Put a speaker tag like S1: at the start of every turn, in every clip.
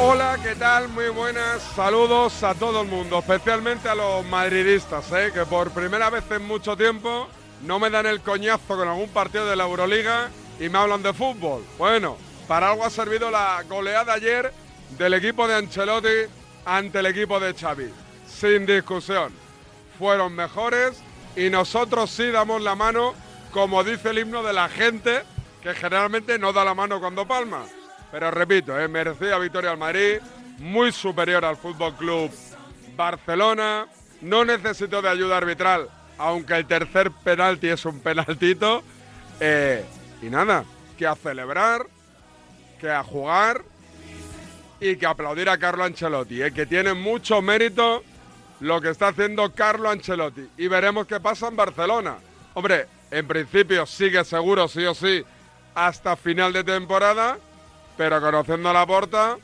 S1: Hola, ¿qué tal? Muy buenas. Saludos a todo el mundo, especialmente a los madridistas, ¿eh? que por primera vez en mucho tiempo no me dan el coñazo con algún partido de la Euroliga y me hablan de fútbol. Bueno, para algo ha servido la goleada ayer del equipo de Ancelotti ante el equipo de Xavi. Sin discusión, fueron mejores y nosotros sí damos la mano como dice el himno de la gente, que generalmente no da la mano cuando palma. Pero repito, ¿eh? merecida victoria al Madrid, muy superior al Fútbol Club Barcelona, no necesitó de ayuda arbitral, aunque el tercer penalti es un penaltito. Eh, y nada, que a celebrar, que a jugar y que aplaudir a Carlo Ancelotti, ¿eh? que tiene mucho mérito lo que está haciendo Carlo Ancelotti. Y veremos qué pasa en Barcelona. Hombre, en principio sigue seguro, sí o sí, hasta final de temporada, pero conociendo a la porta,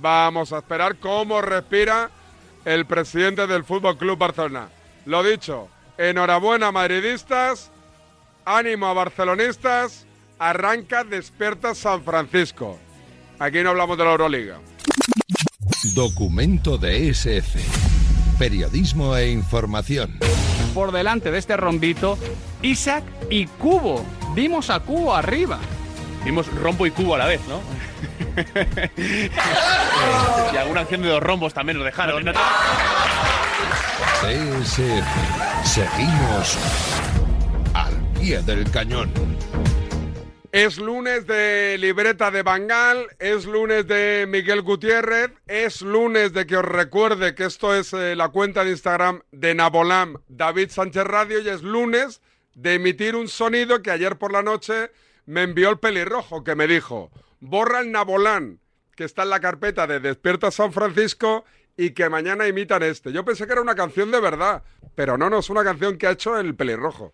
S1: vamos a esperar cómo respira el presidente del Fútbol Club Barcelona. Lo dicho, enhorabuena madridistas, ánimo a barcelonistas, arranca Despierta San Francisco. Aquí no hablamos de la Euroliga.
S2: Documento de SF. Periodismo e información
S3: por delante de este rombito, Isaac y Cubo. Vimos a Cubo arriba.
S4: Vimos rombo y cubo a la vez, ¿no? y alguna acción de los rombos también nos dejaron.
S2: SF. Seguimos al pie del cañón.
S1: Es lunes de libreta de Bangal, es lunes de Miguel Gutiérrez, es lunes de que os recuerde que esto es eh, la cuenta de Instagram de Nabolam David Sánchez Radio y es lunes de emitir un sonido que ayer por la noche me envió el pelirrojo que me dijo, borra el Nabolán que está en la carpeta de Despierta San Francisco y que mañana imitan este. Yo pensé que era una canción de verdad, pero no, no, es una canción que ha hecho el pelirrojo.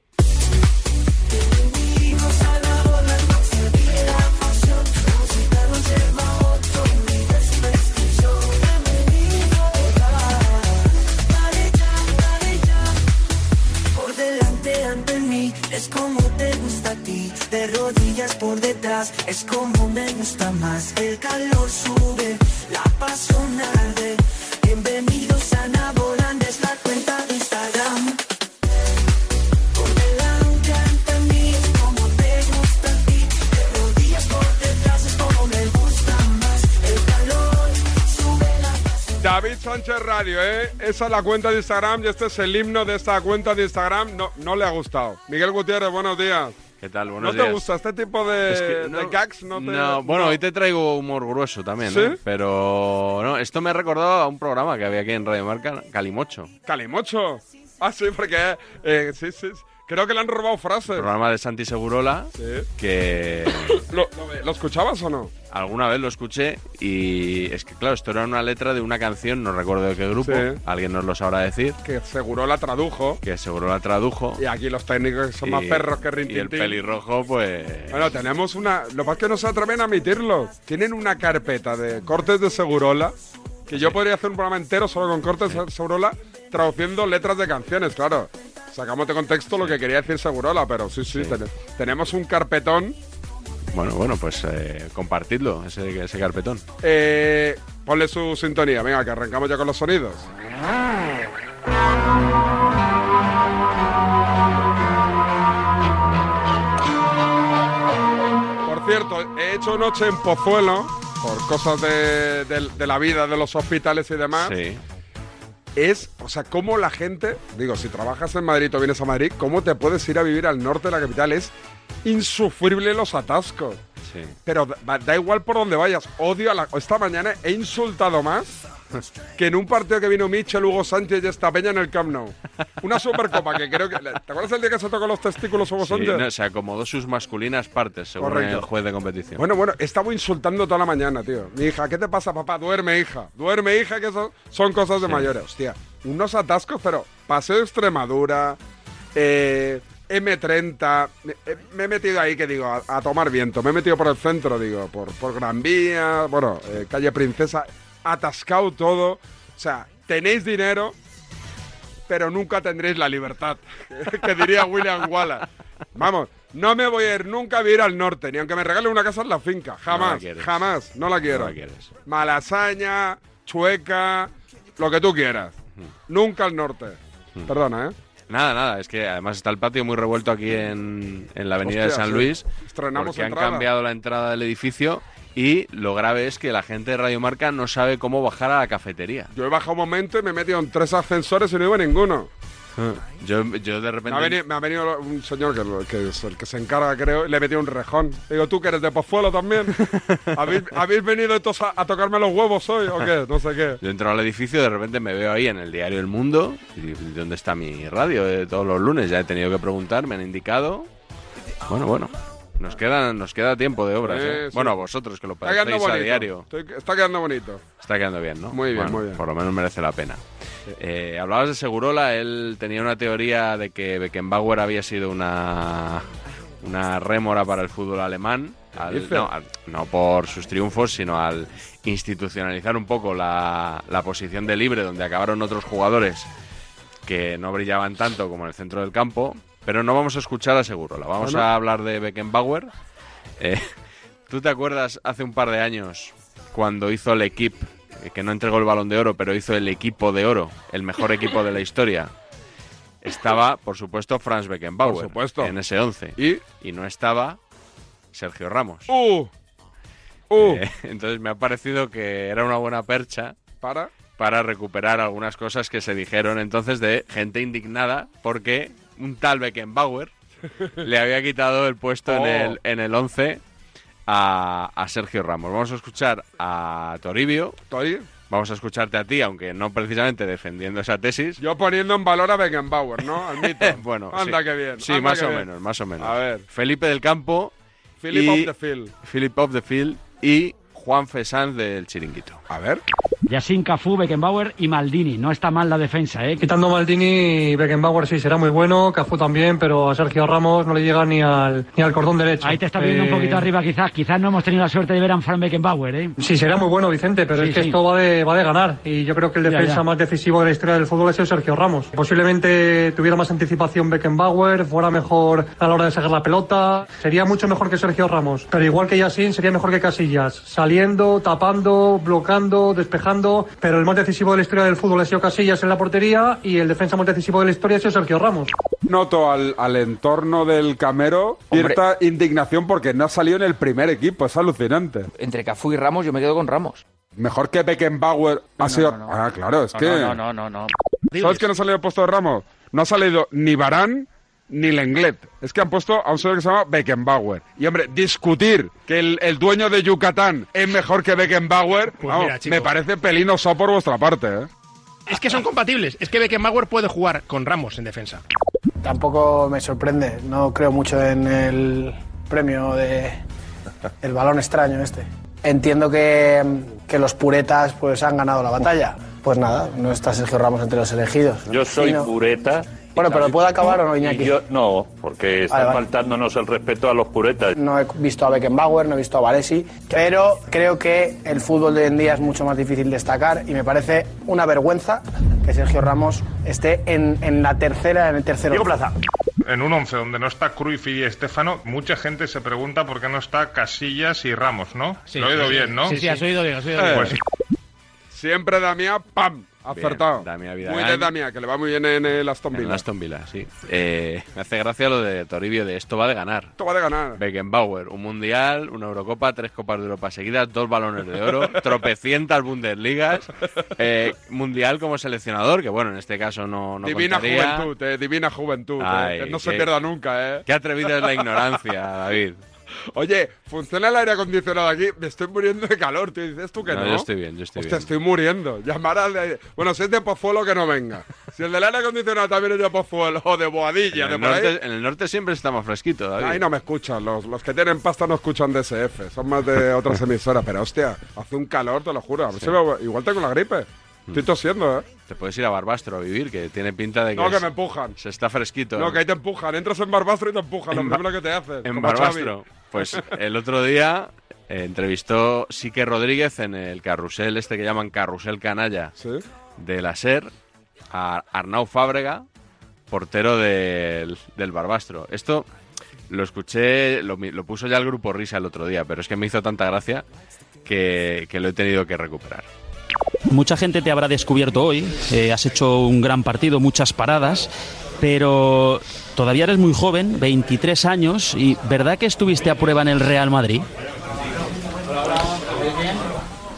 S5: Es como te gusta a ti, de rodillas por detrás, es como me gusta más. El calor sube, la pasión arde. Bienvenidos a Naboland, es la cuenta de Instagram. Por delante ante mí, es como te gusta a ti, de rodillas por detrás, es como me gusta más. El calor sube, la pasión.
S1: David Sánchez Radio, ¿eh? Esa es la cuenta de Instagram y este es el himno de esta cuenta de Instagram. No, no le ha gustado. Miguel Gutiérrez, buenos días.
S6: ¿Qué tal?
S1: ¿No
S6: Buenos
S1: te
S6: días.
S1: gusta este tipo de,
S6: Es que no-
S1: de gags? No, te,
S6: No, bueno, hoy te traigo humor grueso también,
S1: ¿Sí?
S6: ¿eh? Pero no, esto me ha recordado a un programa que había aquí en Radio Marca, Calimocho.
S1: Calimocho. Ah, sí, porque... eh, sí, sí. sí. Creo que le han robado frases.
S6: Programa de Santi Segurola,
S1: Sí.
S6: que
S1: ¿Lo, lo- lo escuchabas o no?
S6: alguna vez lo escuché y es que, claro, esto era una letra de una canción, no recuerdo de qué grupo,
S1: Sí.
S6: alguien nos lo sabrá decir,
S1: Que seguro la tradujo.
S6: que seguro la tradujo.
S1: Y aquí los técnicos que son más
S6: y-
S1: perros que
S6: Y el
S1: Rintintín.
S6: pelirrojo, pues...
S1: Bueno, tenemos una... Lo más que no se atreven a admitirlo. Tienen una carpeta de cortes de Segurola que yo podría hacer un programa entero solo con cortes de Segurola traduciendo letras de canciones, claro. Sacamos de contexto lo que quería decir Segurola, pero sí, sí,
S6: Sí.
S1: ten- tenemos un carpetón.
S6: Bueno, bueno, pues eh, compartidlo, ese, ese carpetón.
S1: Eh, ponle su sintonía, venga, que arrancamos ya con los sonidos. Por cierto, he hecho noche en Pozuelo, por cosas de, de- de la vida, de los hospitales y demás.
S6: Sí.
S1: Es, o sea, cómo la gente, digo, si trabajas en Madrid o vienes a Madrid, cómo te puedes ir a vivir al norte de la capital. Es insufrible los atascos.
S6: Sí.
S1: Pero da, da igual por donde vayas. Odio a la. Esta mañana he insultado más que en un partido que vino Michel, Hugo Sánchez y esta peña en el Camp Nou. Una supercopa que creo que... ¿Te acuerdas el día que se tocó los testículos Hugo
S6: Sí,
S1: Sánchez?
S6: no, se acomodó sus masculinas partes, según
S1: Correcto.
S6: el juez de competición.
S1: Bueno, bueno, estaba insultando toda la mañana, tío. Mi hija, ¿qué te pasa, papá? Duerme, hija. Duerme, hija, que eso son cosas de mayores. Hostia, unos atascos, pero paseo Extremadura, eh, M30. Me, eh, me he metido ahí, que digo, a, a tomar viento. Me he metido por el centro, digo, por, por Gran Vía, bueno, eh, calle Princesa. Atascado todo. O sea, tenéis dinero, pero nunca tendréis la libertad, que diría William Wallace. Vamos, no me voy a ir nunca voy a ir al norte, ni aunque me regalen una casa en la finca, jamás,
S6: quieres.
S1: jamás, no la quiero.
S6: No la quieres.
S1: Malasaña, chueca, lo que tú quieras. Nunca al norte. Perdona, ¿eh?
S6: Nada, nada, es que además está el patio muy revuelto aquí en, en la avenida
S1: Hostia,
S6: de San
S1: sí.
S6: Luis.
S1: Estrenamos
S6: porque han
S1: entrada.
S6: cambiado la entrada del edificio y lo grave es que la gente de Radio Marca no sabe cómo bajar a la cafetería.
S1: Yo he bajado un momento y me he metido en tres ascensores y no iba ninguno.
S6: Yo, yo de
S1: Me ha,
S6: repente...
S1: venido, me ha venido un señor que, lo- que es el que se encarga, creo, y le he metido un rejón. Digo, ¿tú que eres de Pozuelo también? ¿Habéis, habéis venido estos a, a tocarme los huevos hoy o qué? No sé qué.
S6: Yo entro al edificio, de repente me veo ahí en el diario El Mundo. Y digo, ¿Dónde está mi radio de todos los lunes? Ya he tenido que preguntar, me han indicado. Bueno, bueno. Nos, quedan, nos queda tiempo de obras.
S1: Sí,
S6: ¿eh?
S1: sí.
S6: Bueno, a vosotros que lo
S1: Está quedando
S6: pasáis a
S1: bonito.
S6: diario.
S1: Estoy- está quedando bonito.
S6: Está quedando bien, ¿no?
S1: Muy bien,
S6: Bueno,
S1: muy bien.
S6: Por lo menos merece la pena. Eh, hablabas de Segurola, él tenía una teoría de que Beckenbauer había sido una, una rémora para el fútbol alemán. al-
S1: dices?
S6: no, al- no por sus triunfos, sino al institucionalizar un poco la, la posición de libre, donde acabaron otros jugadores que no brillaban tanto como en el centro del campo. Pero no vamos a escuchar a Segurola, vamos
S1: ¿Ah, no?
S6: a hablar de Beckenbauer. Eh, ¿Tú te acuerdas hace un par de años cuando hizo el equipo, eh, que no entregó el balón de oro, pero hizo el equipo de oro, el mejor equipo de la historia? Estaba, por supuesto, Franz Beckenbauer
S1: Por supuesto.
S6: en ese 11.
S1: Y.
S6: Y no estaba Sergio Ramos.
S1: ¡Uh! ¡Uh!
S6: Eh, entonces me ha parecido que era una buena percha
S1: Para.
S6: para recuperar algunas cosas que se dijeron entonces de gente indignada porque un tal Beckenbauer le había quitado el puesto
S1: Oh.
S6: en el en el 11 a, a Sergio Ramos. Vamos a escuchar a Toribio,
S1: Estoy
S6: vamos a escucharte a ti, aunque no precisamente defendiendo esa tesis.
S1: yo poniendo en valor a Beckenbauer, ¿no? Admito.
S6: bueno,
S1: Anda
S6: sí.
S1: que bien.
S6: Sí,
S1: anda
S6: más
S1: que
S6: o
S1: bien.
S6: menos, más o menos.
S1: A ver.
S6: Felipe del Campo,
S1: Philip
S6: Y-
S1: of the Field.
S6: Philip of the Field y Juan Fesán del Chiringuito.
S1: A ver.
S7: Yassin, Cafú, Beckenbauer y Maldini. No está mal la defensa, ¿eh?
S8: Quitando Maldini, Beckenbauer sí será muy bueno, Cafú también, pero a Sergio Ramos no le llega ni al, ni al cordón derecho.
S7: Ahí te está viendo
S8: Eh,
S7: un poquito arriba quizás. Quizás no hemos tenido la suerte de ver a un Frank Beckenbauer, ¿eh?
S8: Sí, será muy bueno, Vicente, pero
S7: Sí,
S8: es que
S7: sí.
S8: esto va de, va de ganar. Y yo creo que el
S7: Ya,
S8: defensa
S7: ya.
S8: más decisivo de la historia del fútbol ha sido Sergio Ramos. Posiblemente tuviera más anticipación Beckenbauer, fuera mejor a la hora de sacar la pelota. Sería mucho mejor que Sergio Ramos. Pero igual que Yassin, sería mejor que Casillas. Saliendo, tapando, bloqueando, despejando. Pero el más decisivo de la historia del fútbol ha sido Casillas en la portería y el defensa más decisivo de la historia ha sido Sergio Ramos.
S1: Noto al, al entorno del Camero cierta indignación porque no ha salido en el primer equipo. Es alucinante.
S9: Entre Cafú y Ramos, yo me quedo con Ramos.
S1: Mejor que Beckenbauer ha sido.
S9: no, no.
S1: Ah, claro, es
S9: No,
S1: que.
S9: no, no, no, no.
S1: ¿Sabes que no ha salido puesto de Ramos? No ha salido ni Barán ni Lenglet. Es que han puesto a un señor que se llama Beckenbauer. Y hombre, discutir que el, el dueño de Yucatán es mejor que Beckenbauer, vamos,
S10: Pues mira, chico.
S1: me parece pelinoso por vuestra parte. ¿eh?
S10: Es que son compatibles. Es que Beckenbauer puede jugar con Ramos en defensa.
S11: Tampoco me sorprende, no creo mucho en el premio de el balón extraño este. Entiendo que, que los puretas pues han ganado la batalla. Pues nada, no está Sergio Ramos entre los elegidos.
S12: Yo soy
S11: Fino.
S12: pureta.
S11: Bueno, pero ¿puedo acabar o no,
S12: Y
S11: Iñaki?
S12: yo- no, porque está
S11: Vale, vale.
S12: faltándonos el respeto a los puretas.
S11: No he visto a Beckenbauer, no he visto a Varesi, pero creo que el fútbol de hoy en día es mucho más difícil destacar y me parece una vergüenza que Sergio Ramos esté en, en la tercera, en el tercero. Plaza.
S13: En un 11 donde no está Cruyff y Estefano, mucha gente se pregunta por qué no está Casillas y Ramos, ¿no? Lo he oído bien, ¿no?
S1: Eh,
S13: Pues
S1: Siempre Damián, ¡pam! Acertado.
S6: Bien, Damián Vidal.
S1: muy de Damián, que le va muy bien en eh, el Aston
S6: En
S1: Villa.
S6: el Aston Villa, sí. Eh, me hace gracia lo de Toribio de esto va de ganar.
S1: Esto va de ganar.
S6: Beckenbauer, un mundial, una Eurocopa, tres Copas de Europa seguidas, dos balones de oro, tropecientas Bundesligas, eh, mundial como seleccionador, que bueno, en este caso no, no
S1: divina
S6: contaría.
S1: juventud, eh, divina juventud. eh,
S6: Ay,
S1: que no se
S6: qué-
S1: pierda nunca, ¿eh?
S6: Qué atrevida es la ignorancia, David.
S1: Oye, funciona el aire acondicionado aquí. Me estoy muriendo de calor, tío. Dices tú que no.
S6: No, yo estoy bien, yo estoy
S1: Hostia,
S6: bien.
S1: estoy muriendo. Llamar al de... Bueno, si es de Pozuelo, que no venga. Si el del aire acondicionado también es de Pozuelo o de Boadilla,
S6: En
S1: de
S6: el,
S1: por ahí.
S6: norte, en el norte siempre está más fresquito, David.
S1: Ahí no me escuchan, los, los que tienen pasta no escuchan DSF, son más de otras emisoras, pero hostia, hace un calor, te lo juro. A ver
S6: Sí. Mm.
S1: si me- igual tengo la gripe. Estoy tosiendo, ¿eh?
S6: Te puedes ir a Barbastro a vivir, que tiene pinta de que,
S1: No, que
S6: es-
S1: me empujan.
S6: se está fresquito.
S1: No, que ahí te empujan. Entras en Barbastro y te empujan, lo primero que te hacen.
S6: En
S1: como Xavi.
S6: Barbastro. Pues el otro día eh, entrevistó Sique Rodríguez en el carrusel, este que llaman carrusel canalla de la SER, a Arnau Fábrega, portero del, del Barbastro. Esto lo escuché, lo, mi- lo puso ya el grupo Risa el otro día, pero es que me hizo tanta gracia que, que lo he tenido que recuperar.
S14: Mucha gente te habrá descubierto hoy, eh, has hecho un gran partido, muchas paradas, pero todavía eres muy joven, 23 años, y ¿verdad que estuviste a prueba en el Real Madrid?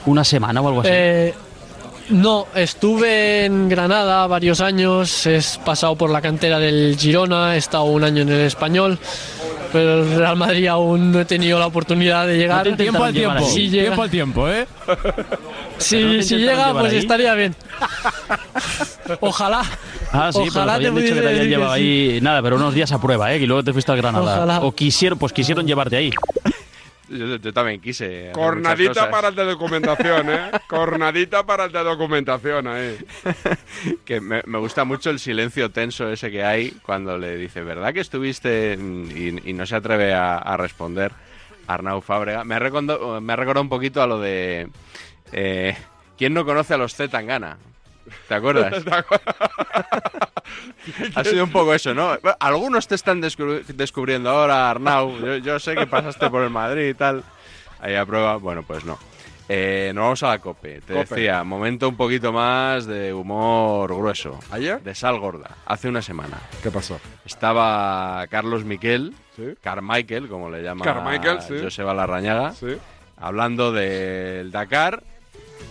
S14: ¿Una semana o algo así?
S15: Eh, no, estuve en Granada varios años, he pasado por la cantera del Girona, he estado un año en el Español, pero el Real Madrid aún no he tenido la oportunidad de llegar.
S16: tiempo al tiempo.
S15: Si llega-
S16: tiempo al tiempo, ¿eh?
S15: si-
S16: ¿No te
S15: si
S16: intentaron
S15: llega,
S16: llevar
S15: pues
S16: ahí?
S15: estaría bien. Ojalá.
S14: Ah, sí, pero te
S15: Ojalá te
S14: habían dicho que te habían
S15: pudiera decir que
S14: llevado
S15: sí.
S14: ahí, nada, pero unos días a prueba, ¿eh? Y luego te fuiste al Granada.
S15: Ojalá.
S14: O quisieron, pues quisieron llevarte ahí.
S6: Yo, yo también quise. hacer muchas
S1: Cornadita
S6: cosas.
S1: para el de documentación, ¿eh? Cornadita para el de documentación ahí.
S6: Que me, me gusta mucho el silencio tenso ese que hay cuando le dice, ¿verdad que estuviste? Y, y no se atreve a, a responder Arnau Fábrega. Me ha, recondo- me ha recordado un poquito a lo de... eh, ¿Quién no conoce a los C. Tangana? ¿Te acuerdas?
S1: ¿Te acuerdas?
S6: ha sido un poco eso, ¿no? Bueno, Algunos te están descubri- descubriendo ahora, Arnau. Yo, yo sé que pasaste por el Madrid y tal. Ahí a prueba, bueno, pues no. Eh, nos vamos a la COPE. Te
S1: Cope.
S6: decía, momento un poquito más de humor grueso.
S1: ¿Ayer?
S6: De sal gorda. Hace una semana.
S1: ¿Qué pasó?
S6: Estaba Carlos Miquel,
S1: Sí.
S6: Carmichael, como le llama
S1: Carmichael, sí.
S6: Joseba Larrañaga,
S1: Sí.
S6: hablando del Dakar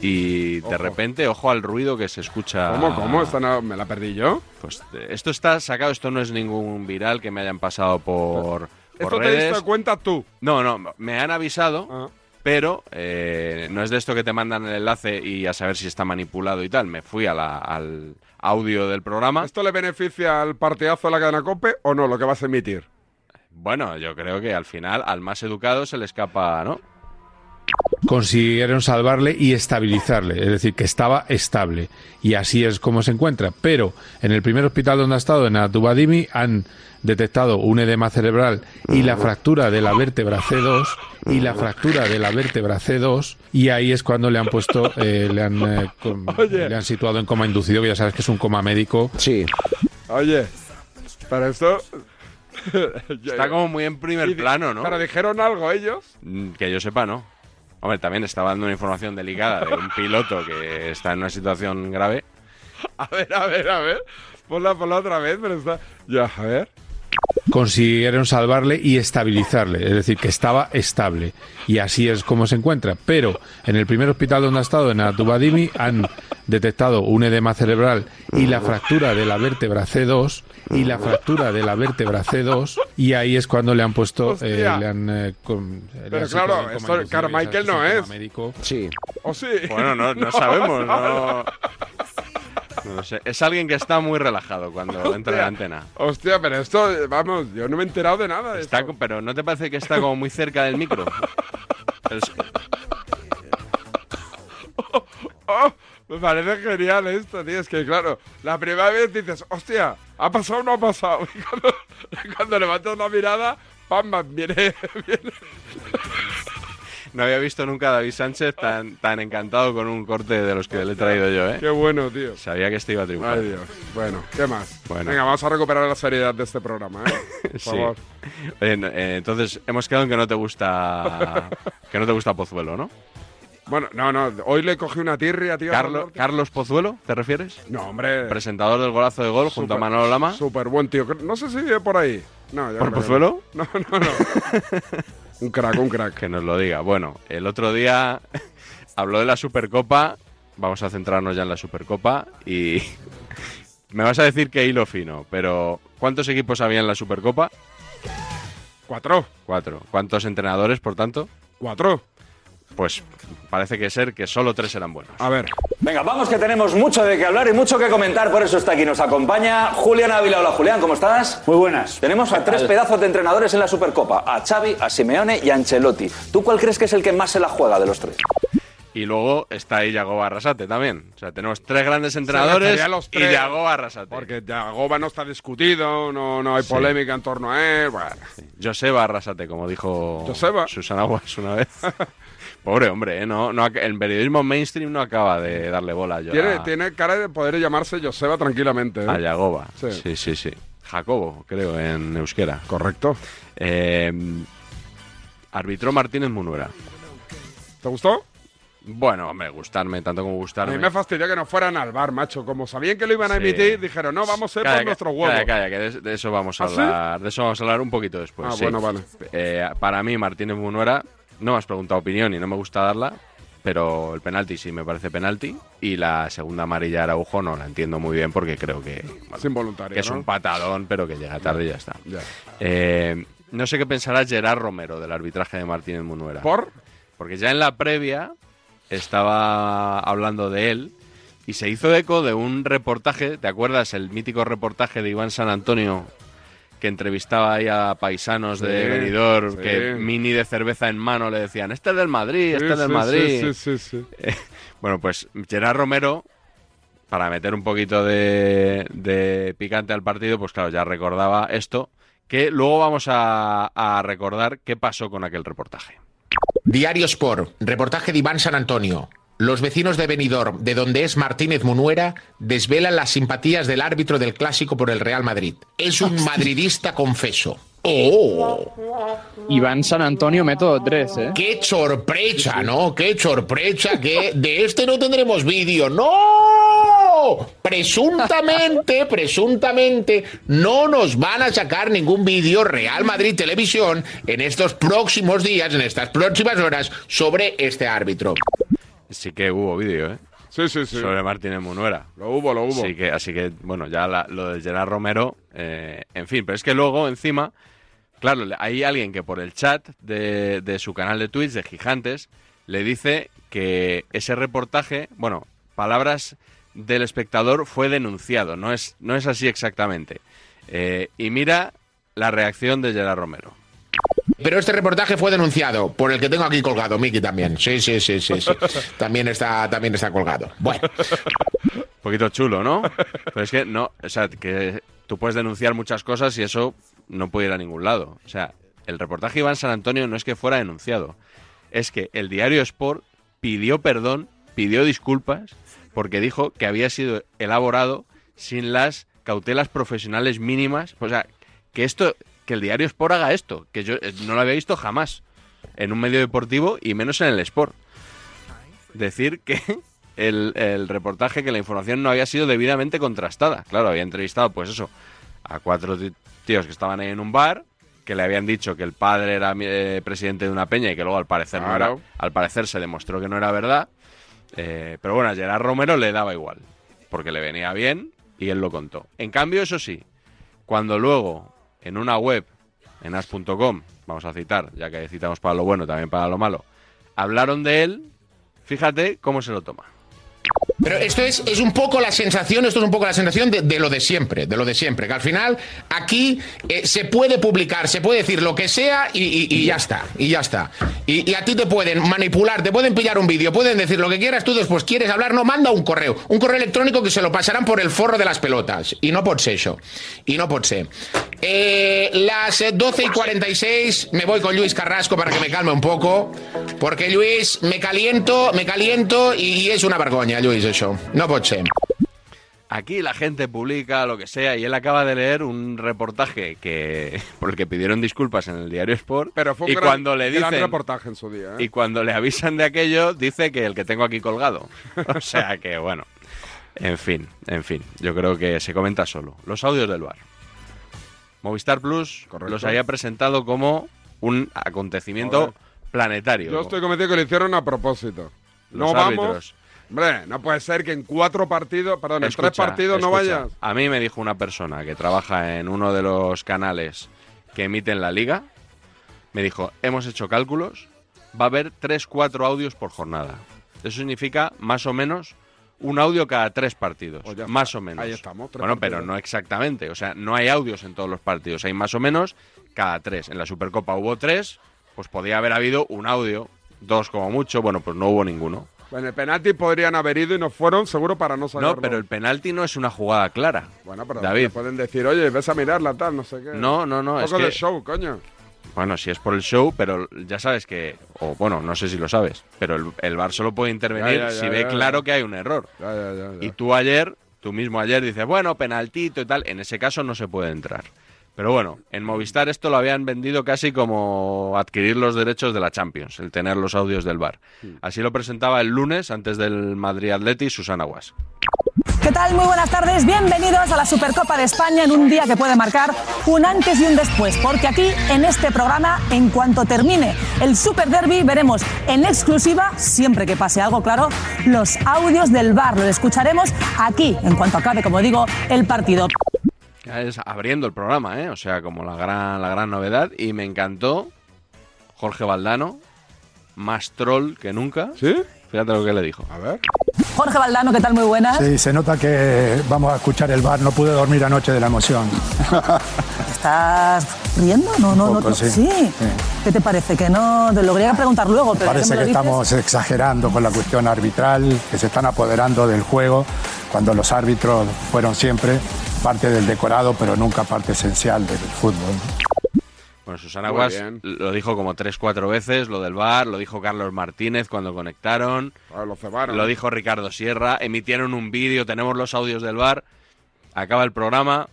S6: y de
S1: Ojo.
S6: repente, ojo al ruido que se escucha.
S1: ¿Cómo, cómo? Esta no- ¿Me la perdí yo?
S6: Pues esto está sacado, esto no es ningún viral que me hayan pasado por, por
S1: Pues, Esto te
S6: redes.
S1: diste cuenta tú.
S6: No, no, me han avisado, pero eh, no es de esto que te mandan el enlace y a saber si está manipulado y tal. Me fui a la- al audio del programa.
S1: ¿Esto le beneficia al partidazo de la cadena COPE o no, lo que vas a emitir?
S6: Bueno, yo creo que al final al más educado se le escapa, ¿no?
S17: consiguieron salvarle y estabilizarle, es decir, que estaba estable. Y así es como se encuentra. Pero en el primer hospital donde ha estado, en Atubadimi, han detectado un edema cerebral y la fractura de la vértebra C2 y la fractura de la vértebra C2 y ahí es cuando le han puesto, eh, le, han, eh, com-
S1: Oye.
S17: le han situado en coma inducido, que ya sabes que es un coma médico. Sí.
S1: Oye, para esto...
S6: Está como muy en primer plano, ¿no?
S1: Pero dijeron algo ellos.
S6: Mm, Que yo sepa, ¿no? Hombre, también estaba dando una información delicada de un piloto que está en una situación grave.
S1: A ver, a ver, a ver. Ponla, ponla otra vez, pero está... Ya, a ver.
S17: consiguieron salvarle y estabilizarle, es decir, que estaba estable. Y así es como se encuentra. Pero en el primer hospital donde ha estado, en Atubadimi, han detectado un edema cerebral y la fractura de la vértebra C2 y la fractura de la vértebra C2 y ahí es cuando le han puesto, eh,
S1: Hostia.
S17: le han, eh, com- le
S1: Pero
S17: han
S1: claro,
S17: situado en coma
S1: esto,
S17: inducido, ya
S1: Carmichael
S17: sabes que es un
S1: no
S17: coma
S1: es.
S17: Médico.
S1: Sí. ¿O Oh, sí?
S6: Bueno, no, no sabemos, no. No sé, es alguien que está muy relajado cuando entra en la antena.
S1: Hostia, pero esto, eh, vamos, yo no me he enterado de nada. de
S6: Está co- pero ¿no te parece que está como muy cerca del micro? Es-
S1: ¡Oh! Me parece genial esto, tío. Es que, claro, la primera vez dices, hostia, ¿ha pasado o no ha pasado? Y cuando, cuando levantas la mirada, ¡pam! pam, Viene, viene.
S6: no había visto nunca a David Sánchez tan, tan encantado con un corte de los que le he traído yo, ¿eh?
S1: Qué bueno, tío.
S6: Sabía que este iba a triunfar.
S1: Ay, Dios. Bueno, ¿qué más?
S6: Bueno.
S1: Venga, vamos a recuperar la seriedad de este programa, ¿eh? Por
S6: Sí.
S1: favor.
S6: Eh, no, eh, entonces, hemos quedado en que no te gusta. Que no te gusta Pozuelo, ¿no?
S1: Bueno, no, no. Hoy le cogí una tirria, tío.
S6: Carlos, Carlos Pozuelo, ¿te refieres?
S1: No, hombre.
S6: Presentador del golazo de gol junto a Manolo Lama.
S1: Súper buen tío. No sé si vive por ahí. No, yo
S6: ¿Por
S1: creo que no.
S6: Pozuelo?
S1: No, no, no. un crack, un crack.
S6: Que nos lo diga. Bueno, el otro día habló de la Supercopa. Vamos a centrarnos ya en la Supercopa. Y me vas a decir que hilo fino, pero ¿cuántos equipos había en la Supercopa?
S1: Cuatro.
S6: Cuatro. ¿Cuántos entrenadores, por tanto?
S1: Cuatro.
S6: Pues parece que ser que solo tres eran buenos.
S1: A ver.
S16: Venga, vamos que tenemos mucho de qué hablar y mucho que comentar, por eso está aquí. Nos acompaña Julián Ávila. Hola Julián, ¿cómo estás? Muy buenas. Tenemos a tres
S18: tal?
S16: pedazos de entrenadores en la Supercopa, a Xavi, a Simeone y a Ancelotti. ¿Tú cuál crees que es el que más se la juega de los tres?
S6: Y luego está ahí Yagoba Arrasate también. O sea, tenemos tres grandes entrenadores
S1: Sería los
S6: y
S1: tres,
S6: Yagoba Arrasate.
S1: Porque Yagoba no está discutido, no, no hay
S6: Sí.
S1: polémica en torno a él. Bueno,
S6: Joseba Arrasate, como dijo
S1: Joseba.
S6: Susana Guas una vez. Pobre hombre, ¿eh? No, no, ac- el periodismo mainstream no acaba de darle bola yo
S1: tiene,
S6: a,
S1: tiene cara de poder llamarse Joseba tranquilamente. ¿eh?
S6: a Yagoba.
S1: Sí.
S6: Sí. sí, sí, Ah, Jacobo, creo, en euskera.
S1: Correcto.
S6: Eh, arbitró Martínez Munuera.
S1: ¿Te gustó?
S6: Bueno, hombre, gustarme, tanto como
S1: A mí
S6: gustarme.
S1: me fastidió que no fueran al bar, macho. Como sabían que lo iban a
S6: Sí.
S1: emitir, dijeron, no, vamos a ir
S6: Calla,
S1: por nuestros
S6: calla,
S1: huevos.
S6: calla, que de, de eso vamos a
S1: ¿Ah, sí?
S6: hablar. De eso vamos a hablar un poquito después.
S1: Ah,
S6: sí.
S1: bueno, vale.
S6: Eh, para mí, Martínez Munuera, no me has preguntado opinión y no me gusta darla, pero el penalti sí me parece penalti. Y la segunda amarilla Araujo no la entiendo muy bien porque creo que,
S1: Es involuntario,
S6: que es
S1: ¿no?
S6: un patadón, pero que llega tarde y ya está.
S1: Ya.
S6: Eh, no sé qué pensará Gerard Romero del arbitraje de Martínez Munuera.
S1: ¿Por?
S6: Porque ya en la previa estaba hablando de él y se hizo eco de un reportaje, ¿te acuerdas? El mítico reportaje de Iván San Antonio que entrevistaba ahí a paisanos de
S1: Sí,
S6: Benidorm,
S1: sí.
S6: que mini de cerveza en mano le decían, este es del Madrid, este
S1: Sí,
S6: es del
S1: sí,
S6: Madrid.
S1: sí, sí, sí, sí.
S6: Bueno, pues Gerard Romero, para meter un poquito de, de picante al partido, pues claro, ya recordaba esto, que luego vamos a, a recordar qué pasó con aquel reportaje.
S19: Diario Sport, reportaje de Iván San Antonio. Los vecinos de Benidorm, de donde es Martínez Munuera, desvelan las simpatías del árbitro del clásico por el Real Madrid. Es un madridista confeso. ¡Oh!
S18: Iván San Antonio, método 3, ¿eh?
S19: ¡Qué sorpresa, no! ¡Qué sorpresa! Que de este no tendremos vídeo. ¡No! Presuntamente, presuntamente, no nos van a sacar ningún vídeo Real Madrid Televisión en estos próximos días, en estas próximas horas, sobre este árbitro.
S6: Sí que hubo vídeo, ¿eh?
S1: Sí, sí, sí.
S6: Sobre Martínez Munuera.
S1: Lo hubo, lo hubo.
S6: Así que, así que bueno, ya la- lo de Gerard Romero, eh, en fin, pero es que luego, encima, claro, le- hay alguien que por el chat de, de su canal de Twitch, de Gigantes, le dice que ese reportaje, bueno, palabras del espectador fue denunciado, no es, no es así exactamente. Eh, y mira la reacción de Gerard Romero.
S19: Pero este reportaje fue denunciado por el que tengo aquí colgado, Miki también. Sí, sí, sí, sí, sí. También está, también está colgado. Bueno,
S6: Un poquito chulo, ¿no? Pero es que no, o sea, que tú puedes denunciar muchas cosas y eso no puede ir a ningún lado. O sea, el reportaje de Iván San Antonio no es que fuera denunciado, es que el diario Sport pidió perdón, pidió disculpas, porque dijo que había sido elaborado sin las cautelas profesionales mínimas. O sea, que esto, que el diario Sport haga esto, que yo eh, no lo había visto jamás en un medio deportivo y menos en el Sport decir que el, el reportaje, que la información no había sido debidamente contrastada. Claro, había entrevistado, pues eso, a cuatro ti- tíos que estaban ahí en un bar, que le habían dicho que el padre era eh, presidente de una peña y que luego al parecer, no era-
S1: Claro.
S6: al parecer se demostró que no era verdad. Eh, pero bueno, a Gerard Romero le daba igual, porque le venía bien y él lo contó. En cambio, eso sí, cuando luego en una web, en as.com, vamos a citar, ya que citamos para lo bueno, también para lo malo, hablaron de él, fíjate cómo se lo toma.
S19: pero esto es, es un poco la sensación, esto es un poco la sensación de, de lo de siempre, de lo de siempre. Que al final aquí eh, se puede publicar, se puede decir lo que sea y, y- y ya está, y ya está. Y, y a ti te pueden manipular, te pueden pillar un vídeo, pueden decir lo que quieras, tú después quieres hablar, no, manda un correo, un correo electrónico que se lo pasarán por el forro de las pelotas. Y no pot ser eso. Y no pot ser. Eh, las eh, 12 y 46 me voy con Luis Carrasco para que me calme un poco, porque Luis, me caliento, me caliento y, y es una vergüenza, Luis, eso. No pot ser.
S6: Aquí la gente publica lo que sea y él acaba de leer un reportaje que por el que pidieron disculpas en el diario Sport.
S1: Pero fue un
S6: y
S1: gran-
S6: cuando le
S1: gran
S6: dicen
S1: reportaje en su día. ¿eh?
S6: y cuando le avisan de aquello dice que el que tengo aquí colgado. O sea que bueno, en fin, en fin, yo creo que se comenta solo. Los audios del bar. Movistar Plus los había presentado como un acontecimiento
S1: Joder.
S6: planetario.
S1: Yo estoy convencido que lo hicieron a propósito.
S6: Los
S1: no
S6: árbitros.
S1: vamos. Hombre, no puede ser que en cuatro partidos, perdón, en tres
S6: Escucha,
S1: partidos no
S6: escucha.
S1: vayas.
S6: A mí me dijo una persona que trabaja en uno de los canales que emiten la liga, me dijo, hemos hecho cálculos, va a haber 3-4 audios por jornada. Eso significa más o menos un audio cada tres partidos, más o menos.
S1: Pues Ahí estamos, tres
S6: bueno, pero
S1: partidos.
S6: no exactamente, o sea, no hay audios en todos los partidos, hay más o menos cada tres. En la Supercopa hubo tres, pues podía haber habido un audio, dos como mucho, bueno, pues no hubo ninguno.
S1: En el penalti podrían haber ido y no fueron, seguro, para no sacarlo.
S6: No, pero el penalti no es una jugada clara.
S1: Bueno, pero
S6: David.
S1: te pueden decir, oye, ves a mirarla, tal, no sé qué.
S6: No, no, no,
S1: Un
S6: es
S1: poco de
S6: que-
S1: show, coño.
S6: Bueno, si es por el show, pero ya sabes que, o bueno, no sé si lo sabes, pero el, el VAR solo puede intervenir
S1: Ya, ya, ya,
S6: si ve
S1: ya,
S6: claro
S1: ya.
S6: que hay un error.
S1: Ya, ya, ya, ya.
S6: Y tú ayer, tú mismo ayer dices, bueno, penaltito y tal, en ese caso no se puede entrar. Pero bueno, en Movistar esto lo habían vendido casi como adquirir los derechos de la Champions, el tener los audios del VAR. Así lo presentaba el lunes antes del Madrid Atleti Susana Guas.
S20: ¿Qué tal? Muy buenas tardes. Bienvenidos a la Supercopa de España en un día que puede marcar un antes y un después. Porque aquí, en este programa, en cuanto termine el Super Derby, veremos en exclusiva, siempre que pase algo claro, los audios del bar. Lo escucharemos aquí, en cuanto acabe, como digo, el partido.
S6: Ya es abriendo el programa, ¿eh? O sea, como la gran, la gran novedad. Y me encantó Jorge Valdano, más troll que nunca.
S1: ¿Sí?
S6: Fíjate lo que le dijo.
S1: A ver.
S20: Jorge Valdano, ¿qué tal? Muy buenas.
S21: Sí, se nota que vamos a escuchar el bar. No pude dormir anoche de la emoción.
S20: ¿Estás riendo? No, no, no.
S21: Poco,
S20: no-
S21: sí.
S20: ¿Qué te parece? Que no, te lo quería preguntar luego, pero ya
S21: Parece
S20: me
S21: que
S20: lo dices.
S21: estamos exagerando con la cuestión arbitral, que se están apoderando del juego, cuando los árbitros fueron siempre parte del decorado, pero nunca parte esencial del fútbol.
S6: Bueno, Susana
S21: Muy
S6: Guas
S21: bien.
S6: lo dijo como tres, cuatro veces, lo del bar, lo dijo Carlos Martínez cuando conectaron,
S1: Ah, lo cebaron.
S6: lo dijo Ricardo Sierra, emitieron un vídeo, tenemos los audios del bar, acaba el programa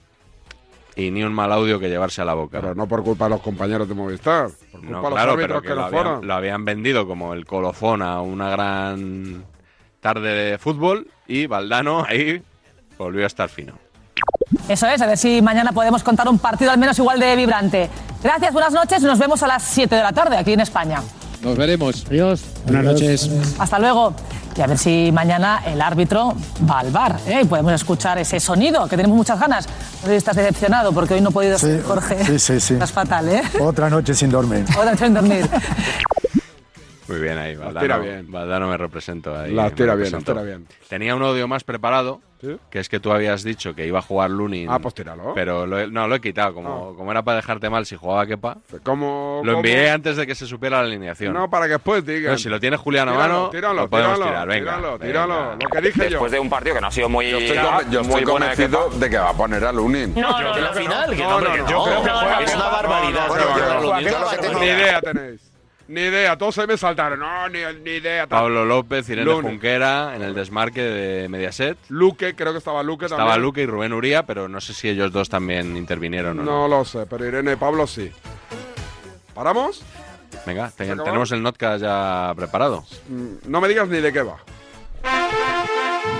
S6: y ni un mal audio que llevarse a la boca.
S1: Pero no por culpa de los compañeros de Movistar. Por culpa
S6: No,
S1: de los
S6: claro,
S1: árbitros
S6: pero
S1: que,
S6: que lo
S1: lo
S6: habían,
S1: fueron.
S6: lo habían vendido como el colofón a una gran tarde de fútbol y Valdano ahí volvió a estar fino.
S20: Eso es, a ver si mañana podemos contar un partido al menos igual de vibrante. Gracias, buenas noches. Nos vemos a las 7 de la tarde aquí en España.
S15: Nos veremos. Adiós. Buenas noches.
S20: Hasta luego. Y a ver si mañana el árbitro va al bar. ¿eh? Y podemos escuchar ese sonido, que tenemos muchas ganas. No sé si estás decepcionado porque hoy no he podido
S21: Sí,
S20: ser Jorge.
S21: sí, sí, sí.
S20: Estás fatal, ¿eh?
S21: Otra noche sin dormir.
S20: Otra noche sin dormir.
S6: Muy bien ahí, Valdano.
S1: tira bien.
S6: Valdano me represento ahí. me
S1: Las tira bien, las
S6: representó.
S1: tira bien.
S6: Tenía un audio más preparado, que es que tú habías dicho que iba a jugar Lunin.
S1: Ah, pues tíralo. Ah.
S6: Pero lo he- no, lo he quitado, como, como era para dejarte mal si jugaba Kepa.
S1: Como,
S6: Lo
S1: como-
S6: envié antes de que se supiera la alineación.
S1: No, para que después digan.
S6: No, si lo tiene Julián a
S1: Tíralo,
S6: mano,
S1: tíralo,
S6: lo podemos
S1: tíralo,
S6: tirar. Venga,
S1: tíralo,
S6: venga.
S1: tíralo. Lo que dije yo.
S9: Después de un partido que no ha sido muy.
S5: Yo estoy, con- yo estoy
S9: muy buena de
S5: convencido
S9: Kepa.
S5: de que va a poner a Lunin.
S9: No, no,
S5: creo
S9: la
S5: que
S9: final, que no,
S5: No,
S9: hombre,
S5: no,
S9: que
S5: no.
S9: no.
S5: Yo creo que
S9: No,
S5: juega
S9: no, es
S5: Kepa.
S9: una barbaridad,
S5: Bueno,
S9: no,
S5: yo-
S9: no, no,
S5: yo
S9: no,
S5: lo
S9: no,
S5: que tengo-
S9: no,
S1: Ni idea tenéis. Ni idea. Todos se me saltaron. No, ni, ni idea. tal.
S6: Pablo López, Irene
S1: Lunin.
S6: Junquera en el desmarque de Mediaset.
S1: Luque, creo que estaba Luque también.
S6: Estaba Luque y Rubén Uría, pero no sé si ellos dos también intervinieron o no.
S1: No lo sé, pero Irene y Pablo sí. ¿Paramos?
S6: Venga, te-
S1: acabó?
S6: tenemos el Notcast ya preparado.
S1: Mm, No me digas ni de qué va.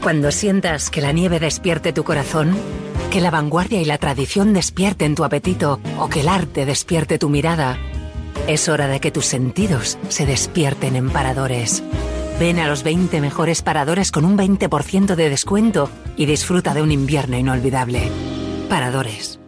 S4: Cuando sientas que la nieve despierte tu corazón, que la vanguardia y la tradición despierten tu apetito o que el arte despierte tu mirada, es hora de que tus sentidos se despierten en paradores. Ven a los 20 mejores paradores con un 20% de descuento y disfruta de un invierno inolvidable. Paradores.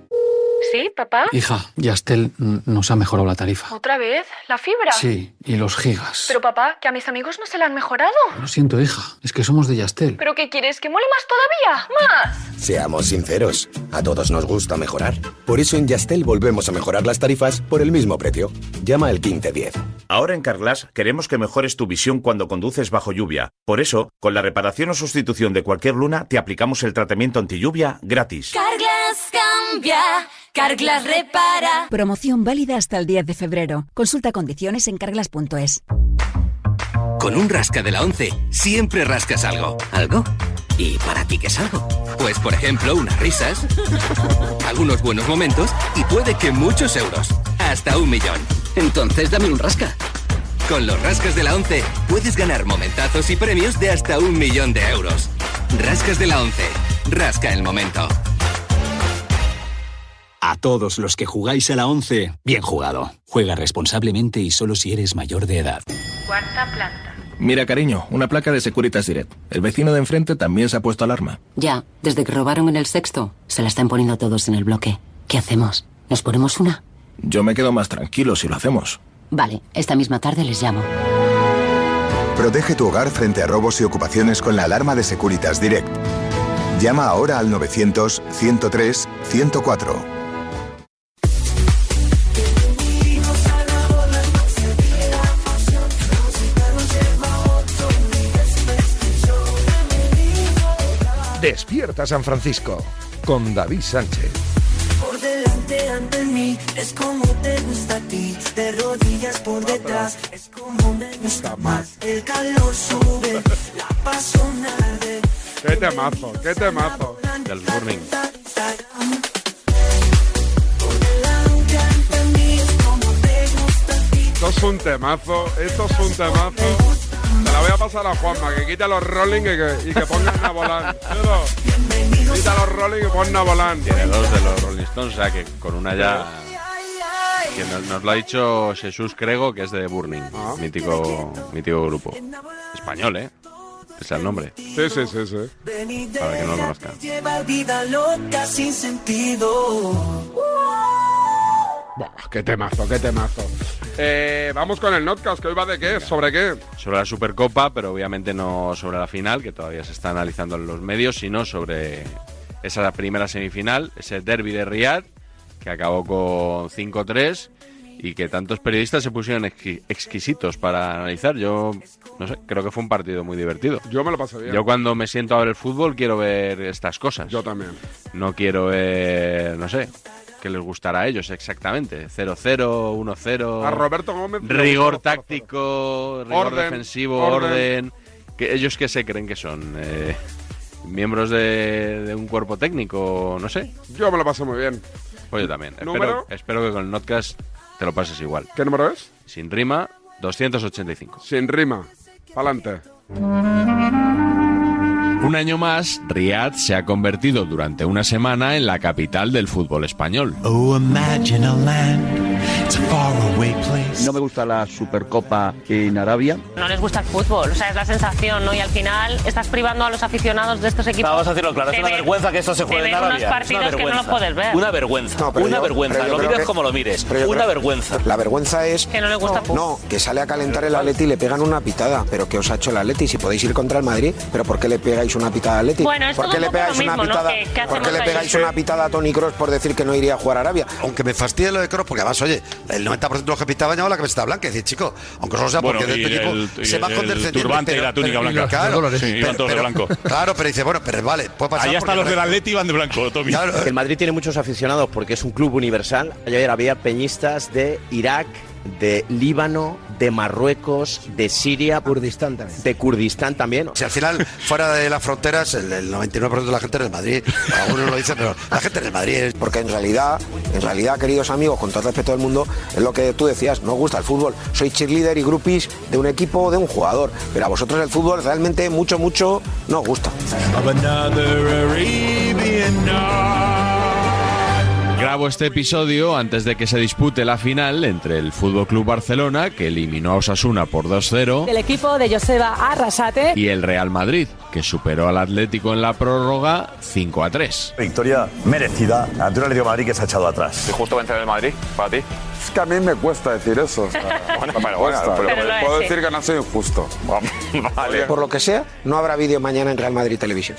S22: ¿Sí, papá?
S14: Hija, Yastel mm, nos ha mejorado la tarifa.
S22: ¿Otra vez? ¿La fibra?
S14: Sí, y los gigas.
S22: Pero papá, que a mis amigos no se la han mejorado.
S14: Lo siento, hija, es que somos de Yastel.
S22: ¿Pero qué quieres? ¿Que mole más todavía? ¡Más!
S2: Seamos sinceros, a todos nos gusta mejorar. Por eso en Yastel volvemos a mejorar las tarifas por el mismo precio. Llama al 1510.
S23: Ahora en Carglass queremos que mejores tu visión cuando conduces bajo lluvia. Por eso, con la reparación o sustitución de cualquier luna, te aplicamos el tratamiento anti lluvia gratis.
S2: Carglas cambia, Carglas repara.
S24: Promoción válida hasta el 10 de febrero. Consulta condiciones en carglas.es.
S25: Con un rasca de la 11 siempre rascas algo. ¿Algo? ¿Y para ti qué es algo? Pues por ejemplo unas risas, algunos buenos momentos y puede que muchos euros, hasta un millón. Entonces dame un rasca.
S26: Con los rascas de la 11 puedes ganar momentazos y premios de hasta un millón de euros. Rascas de la 11. Rasca el momento.
S27: A todos los que jugáis a la 11, bien jugado. Juega responsablemente y solo si eres mayor de edad.
S22: Cuarta planta.
S28: Mira, cariño, una placa de Securitas Direct. El vecino de enfrente también se ha puesto alarma.
S4: Ya, desde que robaron en el sexto, se la están poniendo todos en el bloque. ¿Qué hacemos? ¿Nos ponemos una?
S28: Yo me quedo más tranquilo si lo hacemos.
S4: Vale, esta misma tarde les llamo.
S29: Protege tu hogar frente a robos y ocupaciones con la alarma de Securitas Direct. Llama ahora al 900-103-104.
S30: Despierta San Francisco con David Sánchez.
S5: Por delante ante mí, es como te gusta a ti. De rodillas por detrás, es como me gusta más. El calor sube, la pasión arde.
S1: Qué temazo, qué temazo.
S6: Del morning.
S1: Esto es un temazo, esto es un temazo. Se la voy a pasar a Juanma, que quita los rolling y que, y que pongan a volar. Tío. Quita los rolling y pon a volar.
S6: Tiene dos de los Rolling Stones, o sea que con una ya. Que nos, nos lo ha dicho Jesús Crego, que es de Burning,
S1: Ah.
S6: mítico, mítico grupo. Español, ¿eh? Es el nombre.
S1: Sí, sí, sí, sí.
S6: Para que no lo conozcan.
S5: Lleva vida loca sin sentido.
S1: Buah, qué temazo, qué temazo. Eh, vamos con el notcast, que hoy va de qué, sobre qué.
S6: Sobre la Supercopa, pero obviamente no sobre la final, que todavía se está analizando en los medios, sino sobre esa primera semifinal, ese derby de Riyadh, que acabó con 5-3 y que tantos periodistas se pusieron exqui- exquisitos para analizar. Yo, no sé, creo que fue un partido muy divertido.
S1: Yo me lo pasé bien.
S6: Yo cuando me siento a ver el fútbol quiero ver estas cosas.
S1: Yo también.
S6: No quiero ver, no sé, que les gustará a ellos exactamente. 0-0, 1-0.
S1: A Roberto Gómez. le
S6: Rigor
S1: gustó.
S6: táctico, rigor
S1: Orden,
S6: defensivo,
S1: orden.
S6: orden. Que ¿Ellos qué se creen que son? Eh, ¿Miembros de, de un cuerpo técnico? No sé.
S1: Yo me lo pasé muy bien.
S6: Pues yo también.
S1: ¿Número?
S6: Espero, espero que con el Notcast te lo pases igual.
S1: ¿Qué número es?
S6: Sin rima, 285.
S1: Sin rima. Pa'lante.
S6: Un año más, Riad se ha convertido durante una semana en la capital del fútbol español.
S31: Oh, imagine a land, it's a faraway place.
S32: No me gusta la Supercopa en Arabia.
S12: No les gusta el fútbol, o sea, es la sensación, ¿no? Y al final estás privando a los aficionados de estos equipos.
S33: Vamos a decirlo claro, es
S12: de
S33: una
S12: ver-
S33: vergüenza que esto se
S12: de
S33: juegue en
S12: ver unos
S33: Arabia. Es una
S12: partidos que no
S33: vergüenza.
S12: los puedes ver.
S33: Una vergüenza, No, pero una yo- vergüenza. pero yo Lo creo mires que- como lo mires, pero yo una creo- vergüenza. La vergüenza es
S12: Que no le gusta el fútbol.
S33: No, que sale a calentar el Atleti y le pegan una pitada. Pero que os ha hecho el Atleti si podéis ir contra el Madrid, pero ¿por qué le pegáis una pitada al Atleti?
S12: Bueno, es
S33: ¿Por
S12: todo
S33: qué
S12: un
S33: le
S12: poco
S33: pegáis
S12: lo
S33: una
S12: mismo, ¿no?
S33: pitada?
S12: ¿Qué- qué
S33: ¿Por qué
S12: hacemos
S33: le
S12: ahí?
S33: pegáis
S12: Sí.
S33: una pitada a Tony Cross por decir que no iría a jugar a Arabia?
S2: Aunque me fastidie lo de Kroos, porque además, oye, el 90% de los que pitaban llevaban la camiseta blanca. Y decir, chico, aunque solo sea
S32: Bueno,
S2: porque de
S32: y
S2: tu equipo
S32: el- y
S2: se va
S32: el
S2: condescendiente.
S32: turbante y
S2: pero-
S32: la túnica
S2: pero-
S32: blanca.
S2: Claro,
S32: Sí, iban todos de
S2: pero-
S32: blanco.
S2: Claro, pero dice, bueno, pero vale, puede pasar.
S32: Allá están
S2: porque
S32: los del
S2: el resto-
S32: Atleti iban de blanco, Tommy.
S25: El Madrid tiene muchos aficionados porque es un club universal. Ayer había peñistas de Irak, de Líbano, de Marruecos, de Siria. Kurdistán también. De Kurdistán también.
S2: Si al final, fuera de las fronteras, el, el 99% de la gente es del Madrid. Algunos lo dicen, pero la gente es del Madrid. es-
S33: Porque en realidad, en realidad, queridos amigos, con todo el respeto del mundo, es lo que tú decías, no os gusta el fútbol. Soy cheerleader y groupies de un equipo o de un jugador. Pero a vosotros el fútbol realmente mucho, mucho no os gusta.
S6: Grabo este episodio antes de que se dispute la final entre el Fútbol Club Barcelona, que eliminó a Osasuna por 2-0,
S20: Del equipo de Joseba Arrasate.
S6: y el Real Madrid, que superó al Atlético en la prórroga 5-3.
S34: Victoria merecida ante un Atlético de Madrid que se ha echado atrás.
S35: justo vencer el Madrid para ti?
S34: Es que a mí me cuesta decir eso.
S35: Bueno, pero bueno, pero Pero lo puedo es, sí. decir
S34: que no soy injusto.
S33: Vale. Por lo que sea, no habrá vídeo mañana en Real Madrid Televisión.